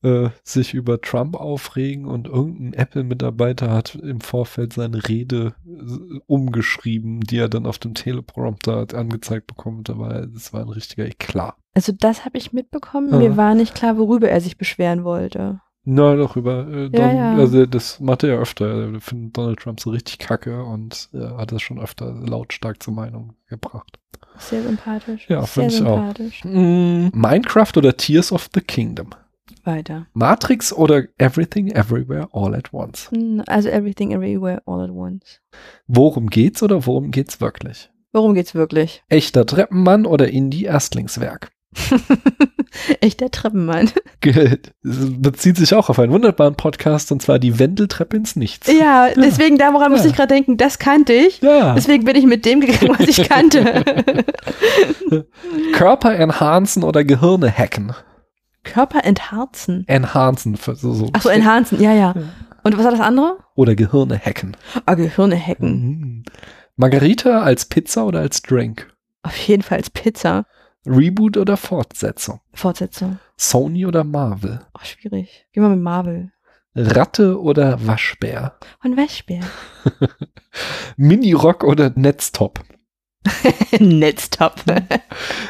Speaker 2: äh, sich über Trump aufregen und irgendein Apple-Mitarbeiter hat im Vorfeld seine Rede äh, umgeschrieben, die er dann auf dem Teleprompter hat angezeigt bekommt, aber es war ein richtiger Eklat.
Speaker 3: Also das habe ich mitbekommen.
Speaker 2: Ja.
Speaker 3: Mir war nicht klar, worüber er sich beschweren wollte.
Speaker 2: Na, doch, über äh, Don,
Speaker 3: ja.
Speaker 2: also das macht er ja öfter. Er findet Donald Trump so richtig kacke und äh, hat das schon öfter lautstark zur Meinung gebracht.
Speaker 3: Sehr sympathisch.
Speaker 2: Ja,
Speaker 3: Sehr
Speaker 2: find ich auch.
Speaker 3: sympathisch.
Speaker 2: Mm, Minecraft oder Tears of the Kingdom?
Speaker 3: Weiter.
Speaker 2: Matrix oder Everything Everywhere All at Once?
Speaker 3: Hm, Also Everything Everywhere All at Once.
Speaker 2: Worum geht's oder worum geht's wirklich?
Speaker 3: Worum geht's wirklich?
Speaker 2: Echter Treppenmann oder Indie-Erstlingswerk?
Speaker 3: Echt der Treppenmann.
Speaker 2: Gilt. Es Bezieht sich auch auf einen wunderbaren Podcast und zwar die Wendeltreppe ins Nichts.
Speaker 3: Ja, deswegen, da woran musste
Speaker 2: Ja.
Speaker 3: ich gerade denken, das kannte ich.
Speaker 2: Ja.
Speaker 3: Deswegen bin ich mit dem gegangen, was ich kannte.
Speaker 2: Körper enhancen oder Gehirne hacken?
Speaker 3: Körper entharzen.
Speaker 2: Enhancen für so, so
Speaker 3: Achso, entharzen, ja, ja.
Speaker 2: Ja.
Speaker 3: Und was war das andere?
Speaker 2: oder Gehirne hacken.
Speaker 3: Ah, Gehirne hacken.
Speaker 2: Mhm. Margarita als Pizza oder als Drink?
Speaker 3: Auf jeden Fall als Pizza.
Speaker 2: Reboot oder Fortsetzung?
Speaker 3: Fortsetzung.
Speaker 2: Sony oder Marvel?
Speaker 3: Ach, schwierig. Gehen wir mit Marvel.
Speaker 2: Ratte oder Waschbär?
Speaker 3: Und Waschbär.
Speaker 2: Minirock oder Netztop?
Speaker 3: Netztop.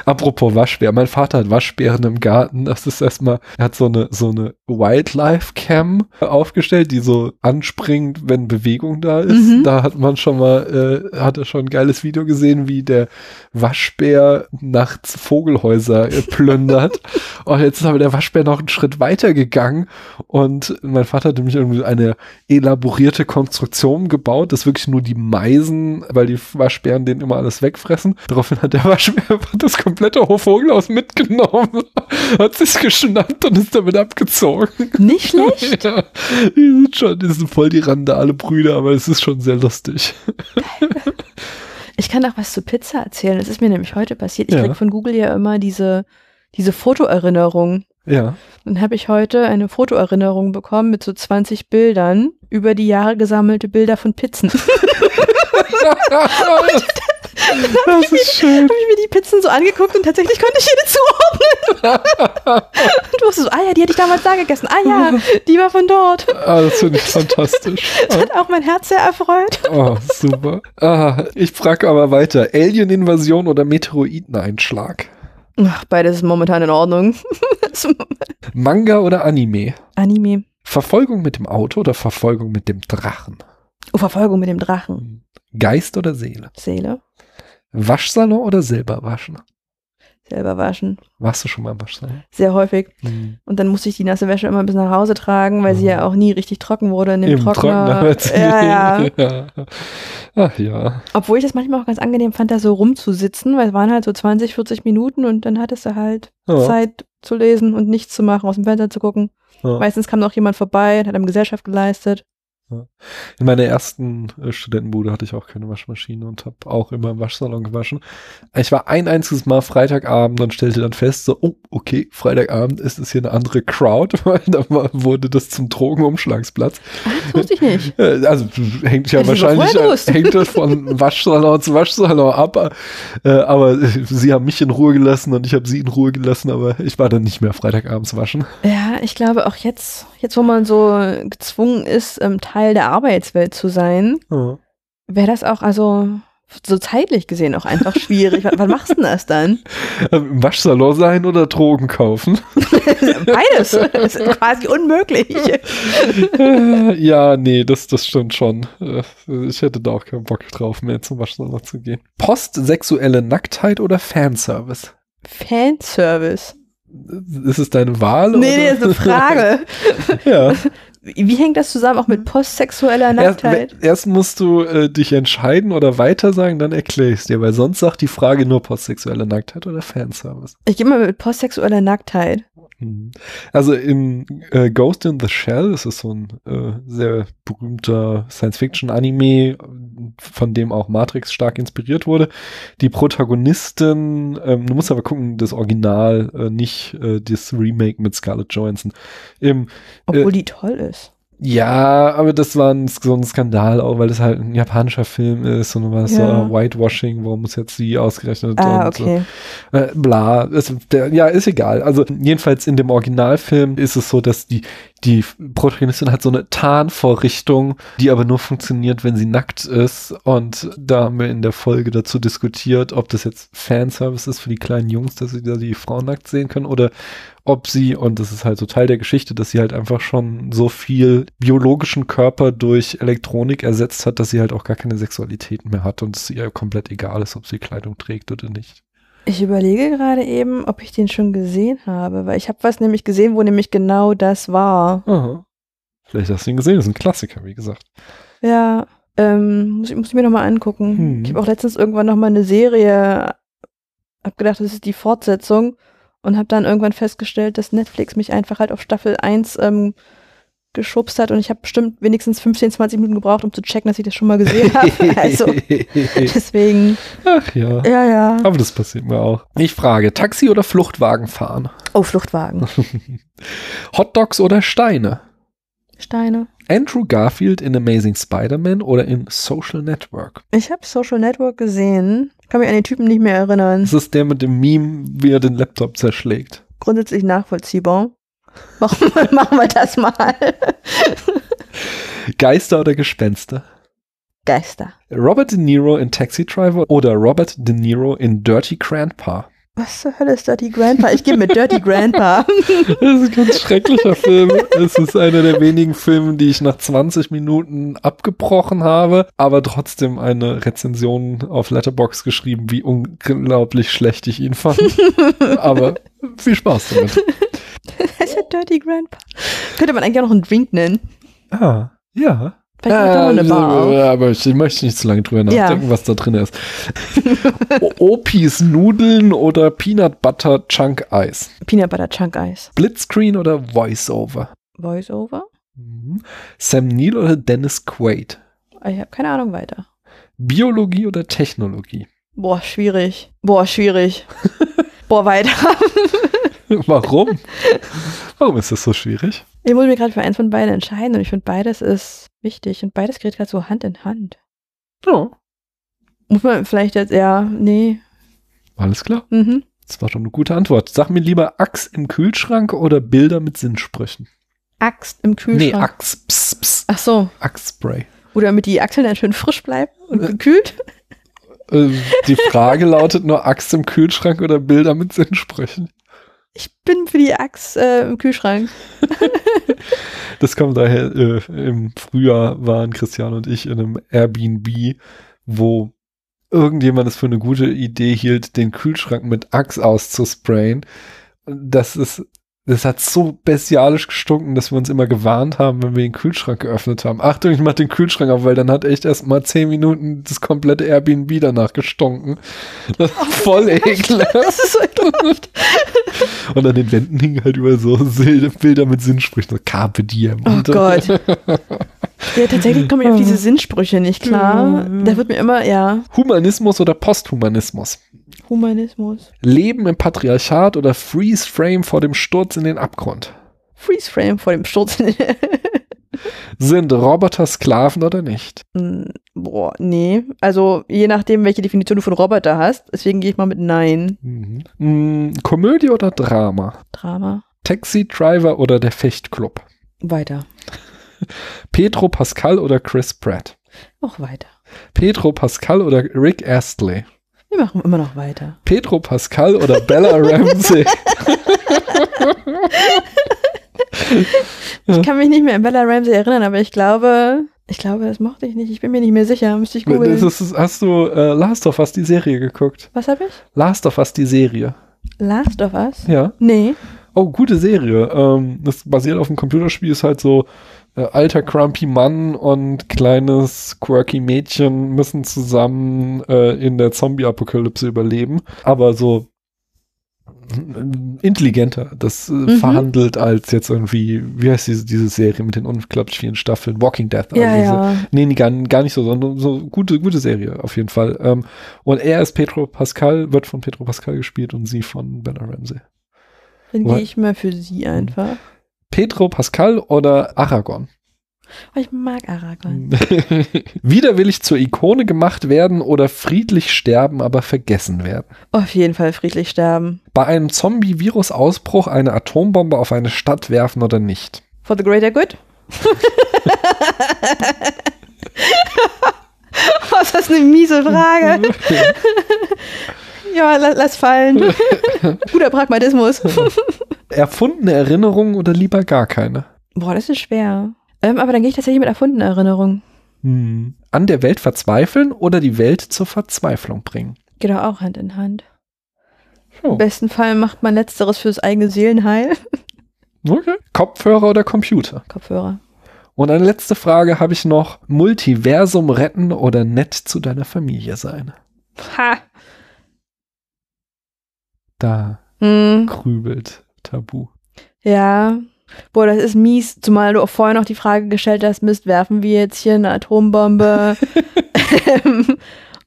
Speaker 2: Apropos Waschbär, mein Vater hat Waschbären im Garten. Das ist erstmal, er hat so eine, so eine Wildlife-Cam aufgestellt, die so anspringt, wenn Bewegung da ist.
Speaker 3: Mhm.
Speaker 2: Da hat man schon mal, äh, hat er schon ein geiles Video gesehen, wie der Waschbär nachts Vogelhäuser äh, plündert. und jetzt ist aber der Waschbär noch einen Schritt weiter gegangen und mein Vater hat nämlich irgendwie eine elaborierte Konstruktion gebaut, dass wirklich nur die Meisen, weil die Waschbären denen immer alles wegfressen. Daraufhin hat der Waschbär das komplette Vogelhaus mitgenommen, hat sich geschnappt und ist damit abgezogen.
Speaker 3: Nicht schlecht.
Speaker 2: Ja, die sind schon, die sind voll die randale Brüder, aber es ist schon sehr lustig.
Speaker 3: Ich kann auch was zu Pizza erzählen. Das ist mir nämlich heute passiert. Ich
Speaker 2: Ja.
Speaker 3: krieg von Google ja immer diese, diese Fotoerinnerung.
Speaker 2: Ja.
Speaker 3: Dann habe ich heute eine Fotoerinnerung bekommen mit so 20 Bildern über die Jahre gesammelte Bilder von Pizzen. habe
Speaker 2: Das ist schön.
Speaker 3: ich mir die Pizzen so angeguckt und tatsächlich konnte ich jede zuordnen. und wusste so, ah ja, die hätte ich damals da gegessen. Ah ja, die war von dort.
Speaker 2: Ah, das finde ich fantastisch.
Speaker 3: Das hat auch mein Herz sehr erfreut.
Speaker 2: Oh, super. Ah, ich frage aber weiter. Alien-Invasion oder Meteoriteneinschlag?
Speaker 3: Ach, beides ist momentan in Ordnung. Das ist-
Speaker 2: Manga oder Anime?
Speaker 3: Anime.
Speaker 2: Verfolgung mit dem Auto oder Verfolgung mit dem Drachen?
Speaker 3: Oh, Verfolgung mit dem Drachen.
Speaker 2: Geist oder Seele?
Speaker 3: Seele.
Speaker 2: Waschsalon oder Silberwaschen?
Speaker 3: Selber waschen.
Speaker 2: Warst du schon mal im Waschsalon?
Speaker 3: Sehr häufig. Und dann musste ich die nasse Wäsche immer bis nach Hause tragen, weil sie
Speaker 2: Mhm.
Speaker 3: ja auch nie richtig trocken wurde in dem Trockner.
Speaker 2: hat's-
Speaker 3: ja, ja.
Speaker 2: ja. Ach ja.
Speaker 3: Obwohl ich das manchmal auch ganz angenehm fand, da so rumzusitzen, weil es waren halt so 20, 40 Minuten und dann hattest du halt
Speaker 2: Ja.
Speaker 3: Zeit zu lesen und nichts zu machen, aus dem Fenster zu gucken.
Speaker 2: Ja.
Speaker 3: Meistens kam noch jemand vorbei und hat einem Gesellschaft geleistet.
Speaker 2: In meiner ersten äh, Studentenbude hatte ich auch keine Waschmaschine und habe auch immer im Waschsalon gewaschen. Ich war ein einziges Mal Freitagabend und stellte dann fest, so, oh, okay, Freitagabend ist es hier eine andere Crowd, weil da war- wurde das zum Drogenumschlagsplatz.
Speaker 3: Das wusste ich nicht.
Speaker 2: Äh, Also hängt ja
Speaker 3: Hätte ich doch
Speaker 2: wahrscheinlich
Speaker 3: vorher
Speaker 2: äh,
Speaker 3: gewusst.
Speaker 2: hängt das von Waschsalon zu Waschsalon ab. äh, Aber äh, sie haben mich in Ruhe gelassen und ich habe sie in Ruhe gelassen, aber ich war dann nicht mehr Freitagabends waschen.
Speaker 3: Ja, ich glaube auch jetzt, jetzt wo man so gezwungen ist, ähm, Teil der Arbeitswelt zu sein, wäre das auch also so zeitlich gesehen auch einfach schwierig. W wann machst du denn das dann?
Speaker 2: Ähm, Im Waschsalon sein oder Drogen kaufen.
Speaker 3: Beides. Das ist quasi unmöglich.
Speaker 2: Äh, ja, nee, das, das stimmt schon. Äh, Ich hätte da auch keinen Bock drauf, mehr zum Waschsalon zu gehen. Postsexuelle Nacktheit oder Fanservice?
Speaker 3: Fanservice.
Speaker 2: Ist es deine Wahl?
Speaker 3: Nee,
Speaker 2: oder?
Speaker 3: nee, das ist eine Frage.
Speaker 2: ja.
Speaker 3: Wie hängt das zusammen auch mit postsexueller
Speaker 2: Erst,
Speaker 3: Nacktheit?
Speaker 2: we- erst musst du äh, dich entscheiden oder weiter sagen, dann erkläre ich es dir, weil sonst sagt die Frage nur postsexuelle Nacktheit oder Fanservice.
Speaker 3: Ich gehe mal mit postsexueller Nacktheit.
Speaker 2: Mhm. Also in äh, Ghost in the Shell, das ist so ein äh, sehr berühmter Science-Fiction-Anime, von dem auch Matrix stark inspiriert wurde. Die Protagonistin, ähm, du musst aber gucken, das Original, äh, nicht äh, das Remake mit Scarlett Johansson. Im,
Speaker 3: Obwohl die toll ist.
Speaker 2: Ja, aber das war ein, so ein Skandal, auch weil das halt ein japanischer Film ist und was
Speaker 3: Ja.
Speaker 2: so ah, Whitewashing, warum muss jetzt sie ausgerechnet
Speaker 3: Ah,
Speaker 2: und
Speaker 3: okay.
Speaker 2: so, äh, bla. Es, der, ja, ist egal. Also jedenfalls in dem Originalfilm ist es so, dass die, die Protagonistin hat so eine Tarnvorrichtung, die aber nur funktioniert, wenn sie nackt ist. Und da haben wir in der Folge dazu diskutiert, ob das jetzt Fanservice ist für die kleinen Jungs, dass sie da die Frauen nackt sehen können oder ob sie, und das ist halt so Teil der Geschichte, dass sie halt einfach schon so viel biologischen Körper durch Elektronik ersetzt hat, dass sie halt auch gar keine Sexualität mehr hat und es ihr komplett egal ist, ob sie Kleidung trägt oder nicht.
Speaker 3: Ich überlege gerade eben, ob ich den schon gesehen habe, weil ich habe was nämlich gesehen, wo nämlich genau das war.
Speaker 2: Aha. Vielleicht hast du ihn gesehen, das ist ein Klassiker, wie gesagt.
Speaker 3: Ja, ähm, muss ich, muss ich mir nochmal angucken.
Speaker 2: Hm.
Speaker 3: Ich habe auch letztens irgendwann nochmal eine Serie abgedacht, das ist die Fortsetzung und habe dann irgendwann festgestellt, dass Netflix mich einfach halt auf Staffel 1 ähm, geschubst hat und ich habe bestimmt wenigstens 15, 20 Minuten gebraucht, um zu checken, dass ich das schon mal gesehen habe. Also deswegen,
Speaker 2: Ach ja.
Speaker 3: ja, ja.
Speaker 2: Aber das passiert mir auch. Ich frage, Taxi oder Fluchtwagen fahren?
Speaker 3: Oh, Fluchtwagen.
Speaker 2: Hotdogs oder Steine?
Speaker 3: Steine.
Speaker 2: Andrew Garfield in Amazing Spider-Man oder in Social Network?
Speaker 3: Ich habe Social Network gesehen, kann mich an den Typen nicht mehr erinnern.
Speaker 2: Das ist der mit dem Meme, wie er den Laptop zerschlägt.
Speaker 3: Grundsätzlich nachvollziehbar. Machen wir, machen wir das mal.
Speaker 2: Geister oder Gespenster?
Speaker 3: Geister.
Speaker 2: Robert De Niro in Taxi Driver oder Robert De Niro in Dirty Grandpa?
Speaker 3: Was zur Hölle ist Dirty Grandpa? Ich gehe mit Dirty Grandpa.
Speaker 2: Das ist ein ganz schrecklicher Film. Es ist einer der wenigen Filme, die ich nach 20 Minuten abgebrochen habe, aber trotzdem eine Rezension auf Letterbox geschrieben, wie unglaublich schlecht ich ihn fand. Aber viel Spaß damit.
Speaker 3: Das ist ja Dirty Grandpa. Könnte man eigentlich auch noch einen Drink nennen.
Speaker 2: Ah, ja.
Speaker 3: Vielleicht
Speaker 2: Äh,
Speaker 3: macht man auch eine Bar auf.
Speaker 2: aber ich möchte nicht zu lange drüber
Speaker 3: Ja.
Speaker 2: nachdenken, was da drin ist. O- Opis Nudeln oder Peanut Butter Chunk Eis?
Speaker 3: Peanut Butter Chunk Eis.
Speaker 2: Blitzscreen oder Voiceover?
Speaker 3: Voice-Over?
Speaker 2: Mhm. Sam Neill oder Dennis Quaid?
Speaker 3: Ich habe keine Ahnung weiter.
Speaker 2: Biologie oder Technologie?
Speaker 3: Boah, schwierig. Boah, schwierig. Boah, weiter.
Speaker 2: Warum? Warum ist das so schwierig?
Speaker 3: Ich muss mir gerade für eins von beiden entscheiden und ich finde beides ist wichtig und beides geht gerade so Hand in Hand.
Speaker 2: Ja,
Speaker 3: Muss man vielleicht jetzt eher, nee,
Speaker 2: alles klar.
Speaker 3: mhm.
Speaker 2: Das war doch eine gute Antwort. Sag mir lieber Axt im Kühlschrank oder Bilder mit Sinnsprüchen.
Speaker 3: Axt im
Speaker 2: Nee,
Speaker 3: Kühlschrank.
Speaker 2: Axt. Pss, pss,
Speaker 3: Ach so.
Speaker 2: Axtspray.
Speaker 3: Oder damit die Achseln dann schön frisch bleiben und
Speaker 2: Äh.
Speaker 3: gekühlt.
Speaker 2: Äh, die Frage lautet nur Axt im Kühlschrank oder Bilder mit Sinnsprüchen.
Speaker 3: Ich bin für die Axt äh, im Kühlschrank.
Speaker 2: Das kommt daher, äh, im Frühjahr waren Christian und ich in einem Airbnb, wo irgendjemand es für eine gute Idee hielt, den Kühlschrank mit Axt auszusprayen. Das ist, das hat so bestialisch gestunken, dass wir uns immer gewarnt haben, wenn wir den Kühlschrank geöffnet haben. Achtung, ich mach den Kühlschrank auf, weil dann hat echt erst mal zehn Minuten das komplette Airbnb danach gestunken. Das war voll ekelhaft.
Speaker 3: Das ist so ekelhaft.
Speaker 2: Und an den Wänden hingen halt über so Sil- Bilder mit Sinnsprüchen, so Carpe Diem.
Speaker 3: Oh
Speaker 2: Und, äh,
Speaker 3: Gott. Ja, tatsächlich komme ich auf diese Sinnsprüche nicht klar.
Speaker 2: Mhm.
Speaker 3: Da wird mir immer, ja,
Speaker 2: Humanismus oder Posthumanismus?
Speaker 3: Humanismus.
Speaker 2: Leben im Patriarchat oder Freeze Frame vor dem Sturz in den Abgrund?
Speaker 3: Freeze Frame vor dem Sturz.
Speaker 2: Sind Roboter Sklaven oder nicht?
Speaker 3: Hm, Boah, nee. Also je nachdem, welche Definition du von Roboter hast. Deswegen gehe ich mal mit Nein.
Speaker 2: Mhm. Mm, Komödie oder Drama?
Speaker 3: Drama.
Speaker 2: Taxi Driver oder der Fechtclub?
Speaker 3: Weiter.
Speaker 2: Petro Pascal oder Chris Pratt?
Speaker 3: Auch weiter.
Speaker 2: Petro Pascal oder Rick Astley?
Speaker 3: Wir machen immer noch weiter.
Speaker 2: Petro Pascal oder Bella Ramsey?
Speaker 3: Ich kann mich nicht mehr an Bella Ramsey erinnern, aber ich glaube, ich glaube, das mochte ich nicht. Ich bin mir nicht mehr sicher. Müsste ich
Speaker 2: Das
Speaker 3: googeln.
Speaker 2: ist, hast du äh, Last of Us die Serie geguckt?
Speaker 3: Was habe ich?
Speaker 2: Last of Us die Serie.
Speaker 3: Last of Us?
Speaker 2: Ja.
Speaker 3: Nee.
Speaker 2: Oh, gute Serie. Ähm, das basiert auf einem Computerspiel, ist halt so äh, alter crumpy Mann und kleines quirky Mädchen müssen zusammen äh, in der Zombie-Apokalypse überleben, aber so äh, intelligenter das äh,
Speaker 3: Mhm.
Speaker 2: verhandelt als jetzt irgendwie, wie heißt diese, diese Serie mit den unglaublich vielen Staffeln? Walking Dead.
Speaker 3: ja,
Speaker 2: also so-
Speaker 3: ja.
Speaker 2: Nee, nee, gar, gar nicht so, sondern so gute, gute Serie auf jeden Fall. Ähm, und er ist Pedro Pascal, wird von Pedro Pascal gespielt und sie von Bella Ramsey.
Speaker 3: Dann
Speaker 2: Wobei-
Speaker 3: gehe ich mal für sie einfach.
Speaker 2: Pedro Pascal oder Aragon?
Speaker 3: Aber ich mag Aragorn.
Speaker 2: Wieder will ich zur Ikone gemacht werden oder friedlich sterben, aber vergessen werden.
Speaker 3: Auf jeden Fall friedlich sterben.
Speaker 2: Bei einem Zombie-Virus-Ausbruch eine Atombombe auf eine Stadt werfen oder nicht.
Speaker 3: For the greater good. Was das ist eine miese Frage. Ja, la lass fallen. Guter Pragmatismus.
Speaker 2: Erfundene Erinnerungen oder lieber gar keine?
Speaker 3: Boah, das ist schwer. Ähm, aber dann gehe ich tatsächlich mit erfundener Erinnerung.
Speaker 2: Hm. An der Welt verzweifeln oder die Welt zur Verzweiflung bringen?
Speaker 3: Geht doch auch Hand in Hand.
Speaker 2: Oh.
Speaker 3: Im besten Fall macht man Letzteres fürs eigene Seelenheil.
Speaker 2: Okay. Kopfhörer oder Computer?
Speaker 3: Kopfhörer.
Speaker 2: Und eine letzte Frage habe ich noch. Multiversum retten oder nett zu deiner Familie sein?
Speaker 3: Ha.
Speaker 2: Da
Speaker 3: Hm,
Speaker 2: grübelt Tabu.
Speaker 3: ja. Boah, das ist mies, zumal du auch vorher noch die Frage gestellt hast, Mist, werfen wir jetzt hier eine Atombombe ähm,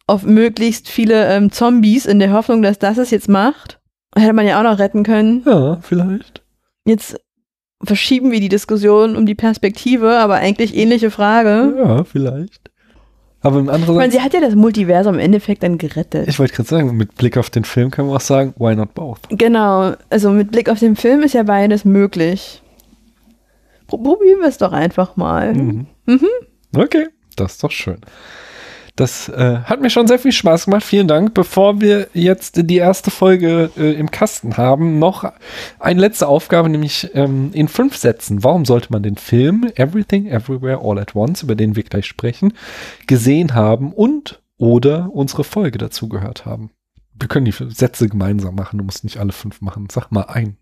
Speaker 3: auf möglichst viele ähm, Zombies in der Hoffnung, dass das es jetzt macht. Hätte man ja auch noch retten können.
Speaker 2: Ja, vielleicht.
Speaker 3: Jetzt verschieben wir die Diskussion um die Perspektive, aber eigentlich ähnliche Frage.
Speaker 2: Ja, vielleicht. Aber im
Speaker 3: Ich meine,
Speaker 2: anderen
Speaker 3: sie hat ja das Multiversum im Endeffekt dann gerettet.
Speaker 2: ich wollte gerade sagen, mit Blick auf den Film kann man auch sagen, why not both?
Speaker 3: Genau, also mit Blick auf den Film ist ja beides möglich. Pro- Probieren wir es doch einfach mal.
Speaker 2: Mhm.
Speaker 3: Mhm.
Speaker 2: Okay, das ist doch schön. Das äh, hat mir schon sehr viel Spaß gemacht. Vielen Dank. Bevor wir jetzt die erste Folge äh, im Kasten haben, noch eine letzte Aufgabe, nämlich ähm, in fünf Sätzen. Warum sollte man den Film Everything, Everywhere, All at Once, über den wir gleich sprechen, gesehen haben und oder unsere Folge dazu gehört haben? Wir können die Sätze gemeinsam machen. Du musst nicht alle fünf machen. Sag mal ein.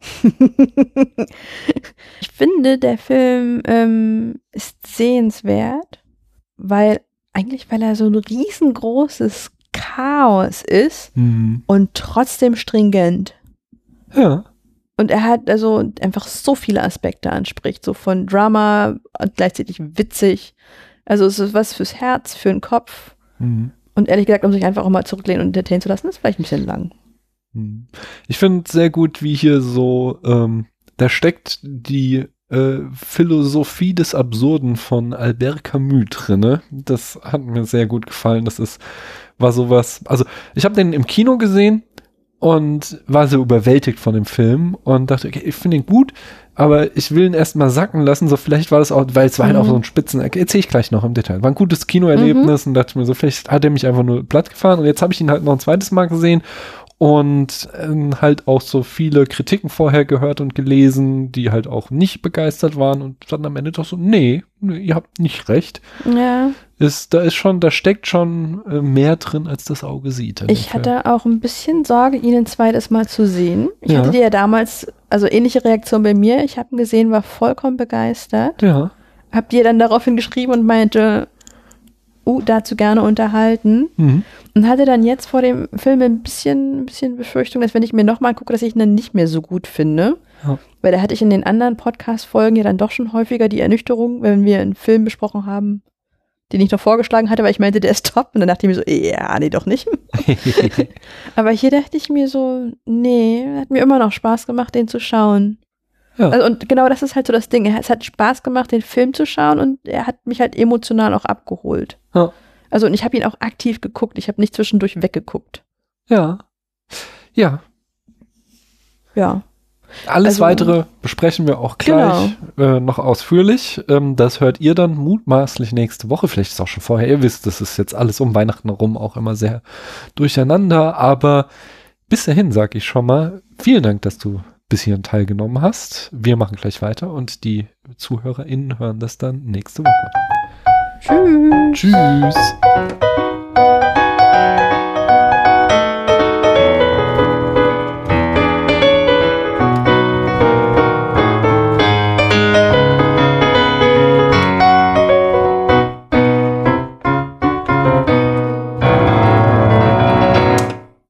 Speaker 3: ich finde, der Film ähm, ist sehenswert, weil eigentlich, weil er so ein riesengroßes Chaos ist und trotzdem stringent.
Speaker 2: Ja.
Speaker 3: Und er hat also einfach so viele Aspekte anspricht, so von Drama und gleichzeitig witzig. Also es ist was fürs Herz, für den Kopf. Und ehrlich gesagt, um sich einfach auch mal zurücklehnen und entertainen zu lassen, ist vielleicht ein bisschen lang.
Speaker 2: Hm. Ich finde sehr gut, wie hier so, ähm, da steckt die äh, Philosophie des Absurden von Albert Camus drinne. Das hat mir sehr gut gefallen. Das ist, war sowas. Also, ich habe den im Kino gesehen und war so überwältigt von dem Film und dachte, okay, ich finde ihn gut, aber ich will ihn erstmal sacken lassen. So, vielleicht war das auch, weil es war halt
Speaker 3: Mhm.
Speaker 2: auch so ein Spitzen. Erzähle ich gleich noch im Detail. War ein gutes Kinoerlebnis
Speaker 3: Mhm.
Speaker 2: und dachte mir so, vielleicht hat er mich einfach nur platt gefahren und jetzt habe ich ihn halt noch ein zweites Mal gesehen und ähm, halt auch so viele Kritiken vorher gehört und gelesen, die halt auch nicht begeistert waren und dann am Ende doch so, nee, nee, ihr habt nicht recht.
Speaker 3: Ja,
Speaker 2: Ist, da ist schon, da steckt schon äh, mehr drin, als das Auge sieht. in
Speaker 3: ich
Speaker 2: dem Film.
Speaker 3: hatte auch ein bisschen Sorge, ihn ein zweites Mal zu sehen. Ich
Speaker 2: Ja.
Speaker 3: hatte dir ja damals, also ähnliche Reaktion bei mir. Ich habe ihn gesehen, war vollkommen begeistert.
Speaker 2: Ja.
Speaker 3: Hab dir dann daraufhin geschrieben und meinte, uh, dazu gerne unterhalten.
Speaker 2: Mhm.
Speaker 3: Und hatte dann jetzt vor dem Film ein bisschen, ein bisschen Befürchtung, dass wenn ich mir nochmal gucke, dass ich ihn dann nicht mehr so gut finde.
Speaker 2: Ja.
Speaker 3: Weil da hatte ich in den anderen Podcast-Folgen ja dann doch schon häufiger die Ernüchterung, wenn wir einen Film besprochen haben, den ich noch vorgeschlagen hatte, weil ich meinte, der ist top. Und dann dachte ich mir so, ja, nee, doch nicht. Aber hier dachte ich mir so, nee, hat mir immer noch Spaß gemacht, den zu schauen.
Speaker 2: Ja.
Speaker 3: Also, und genau das ist halt so das Ding. Es hat Spaß gemacht, den Film zu schauen und er hat mich halt emotional auch abgeholt.
Speaker 2: Ja.
Speaker 3: Also und ich habe ihn auch aktiv geguckt. Ich habe nicht zwischendurch weggeguckt.
Speaker 2: ja. Ja.
Speaker 3: Ja.
Speaker 2: Alles
Speaker 3: Also-
Speaker 2: weitere besprechen wir auch gleich äh, noch ausführlich. Ähm, das hört ihr dann mutmaßlich nächste Woche. Vielleicht ist es auch schon vorher. Ihr wisst, das ist jetzt alles um Weihnachten herum auch immer sehr durcheinander. Aber bis dahin sage ich schon mal, vielen Dank, dass du bis hierhin teilgenommen hast. Wir machen gleich weiter und die ZuhörerInnen hören das dann nächste Woche.
Speaker 3: Tschüss.
Speaker 2: Tschüss.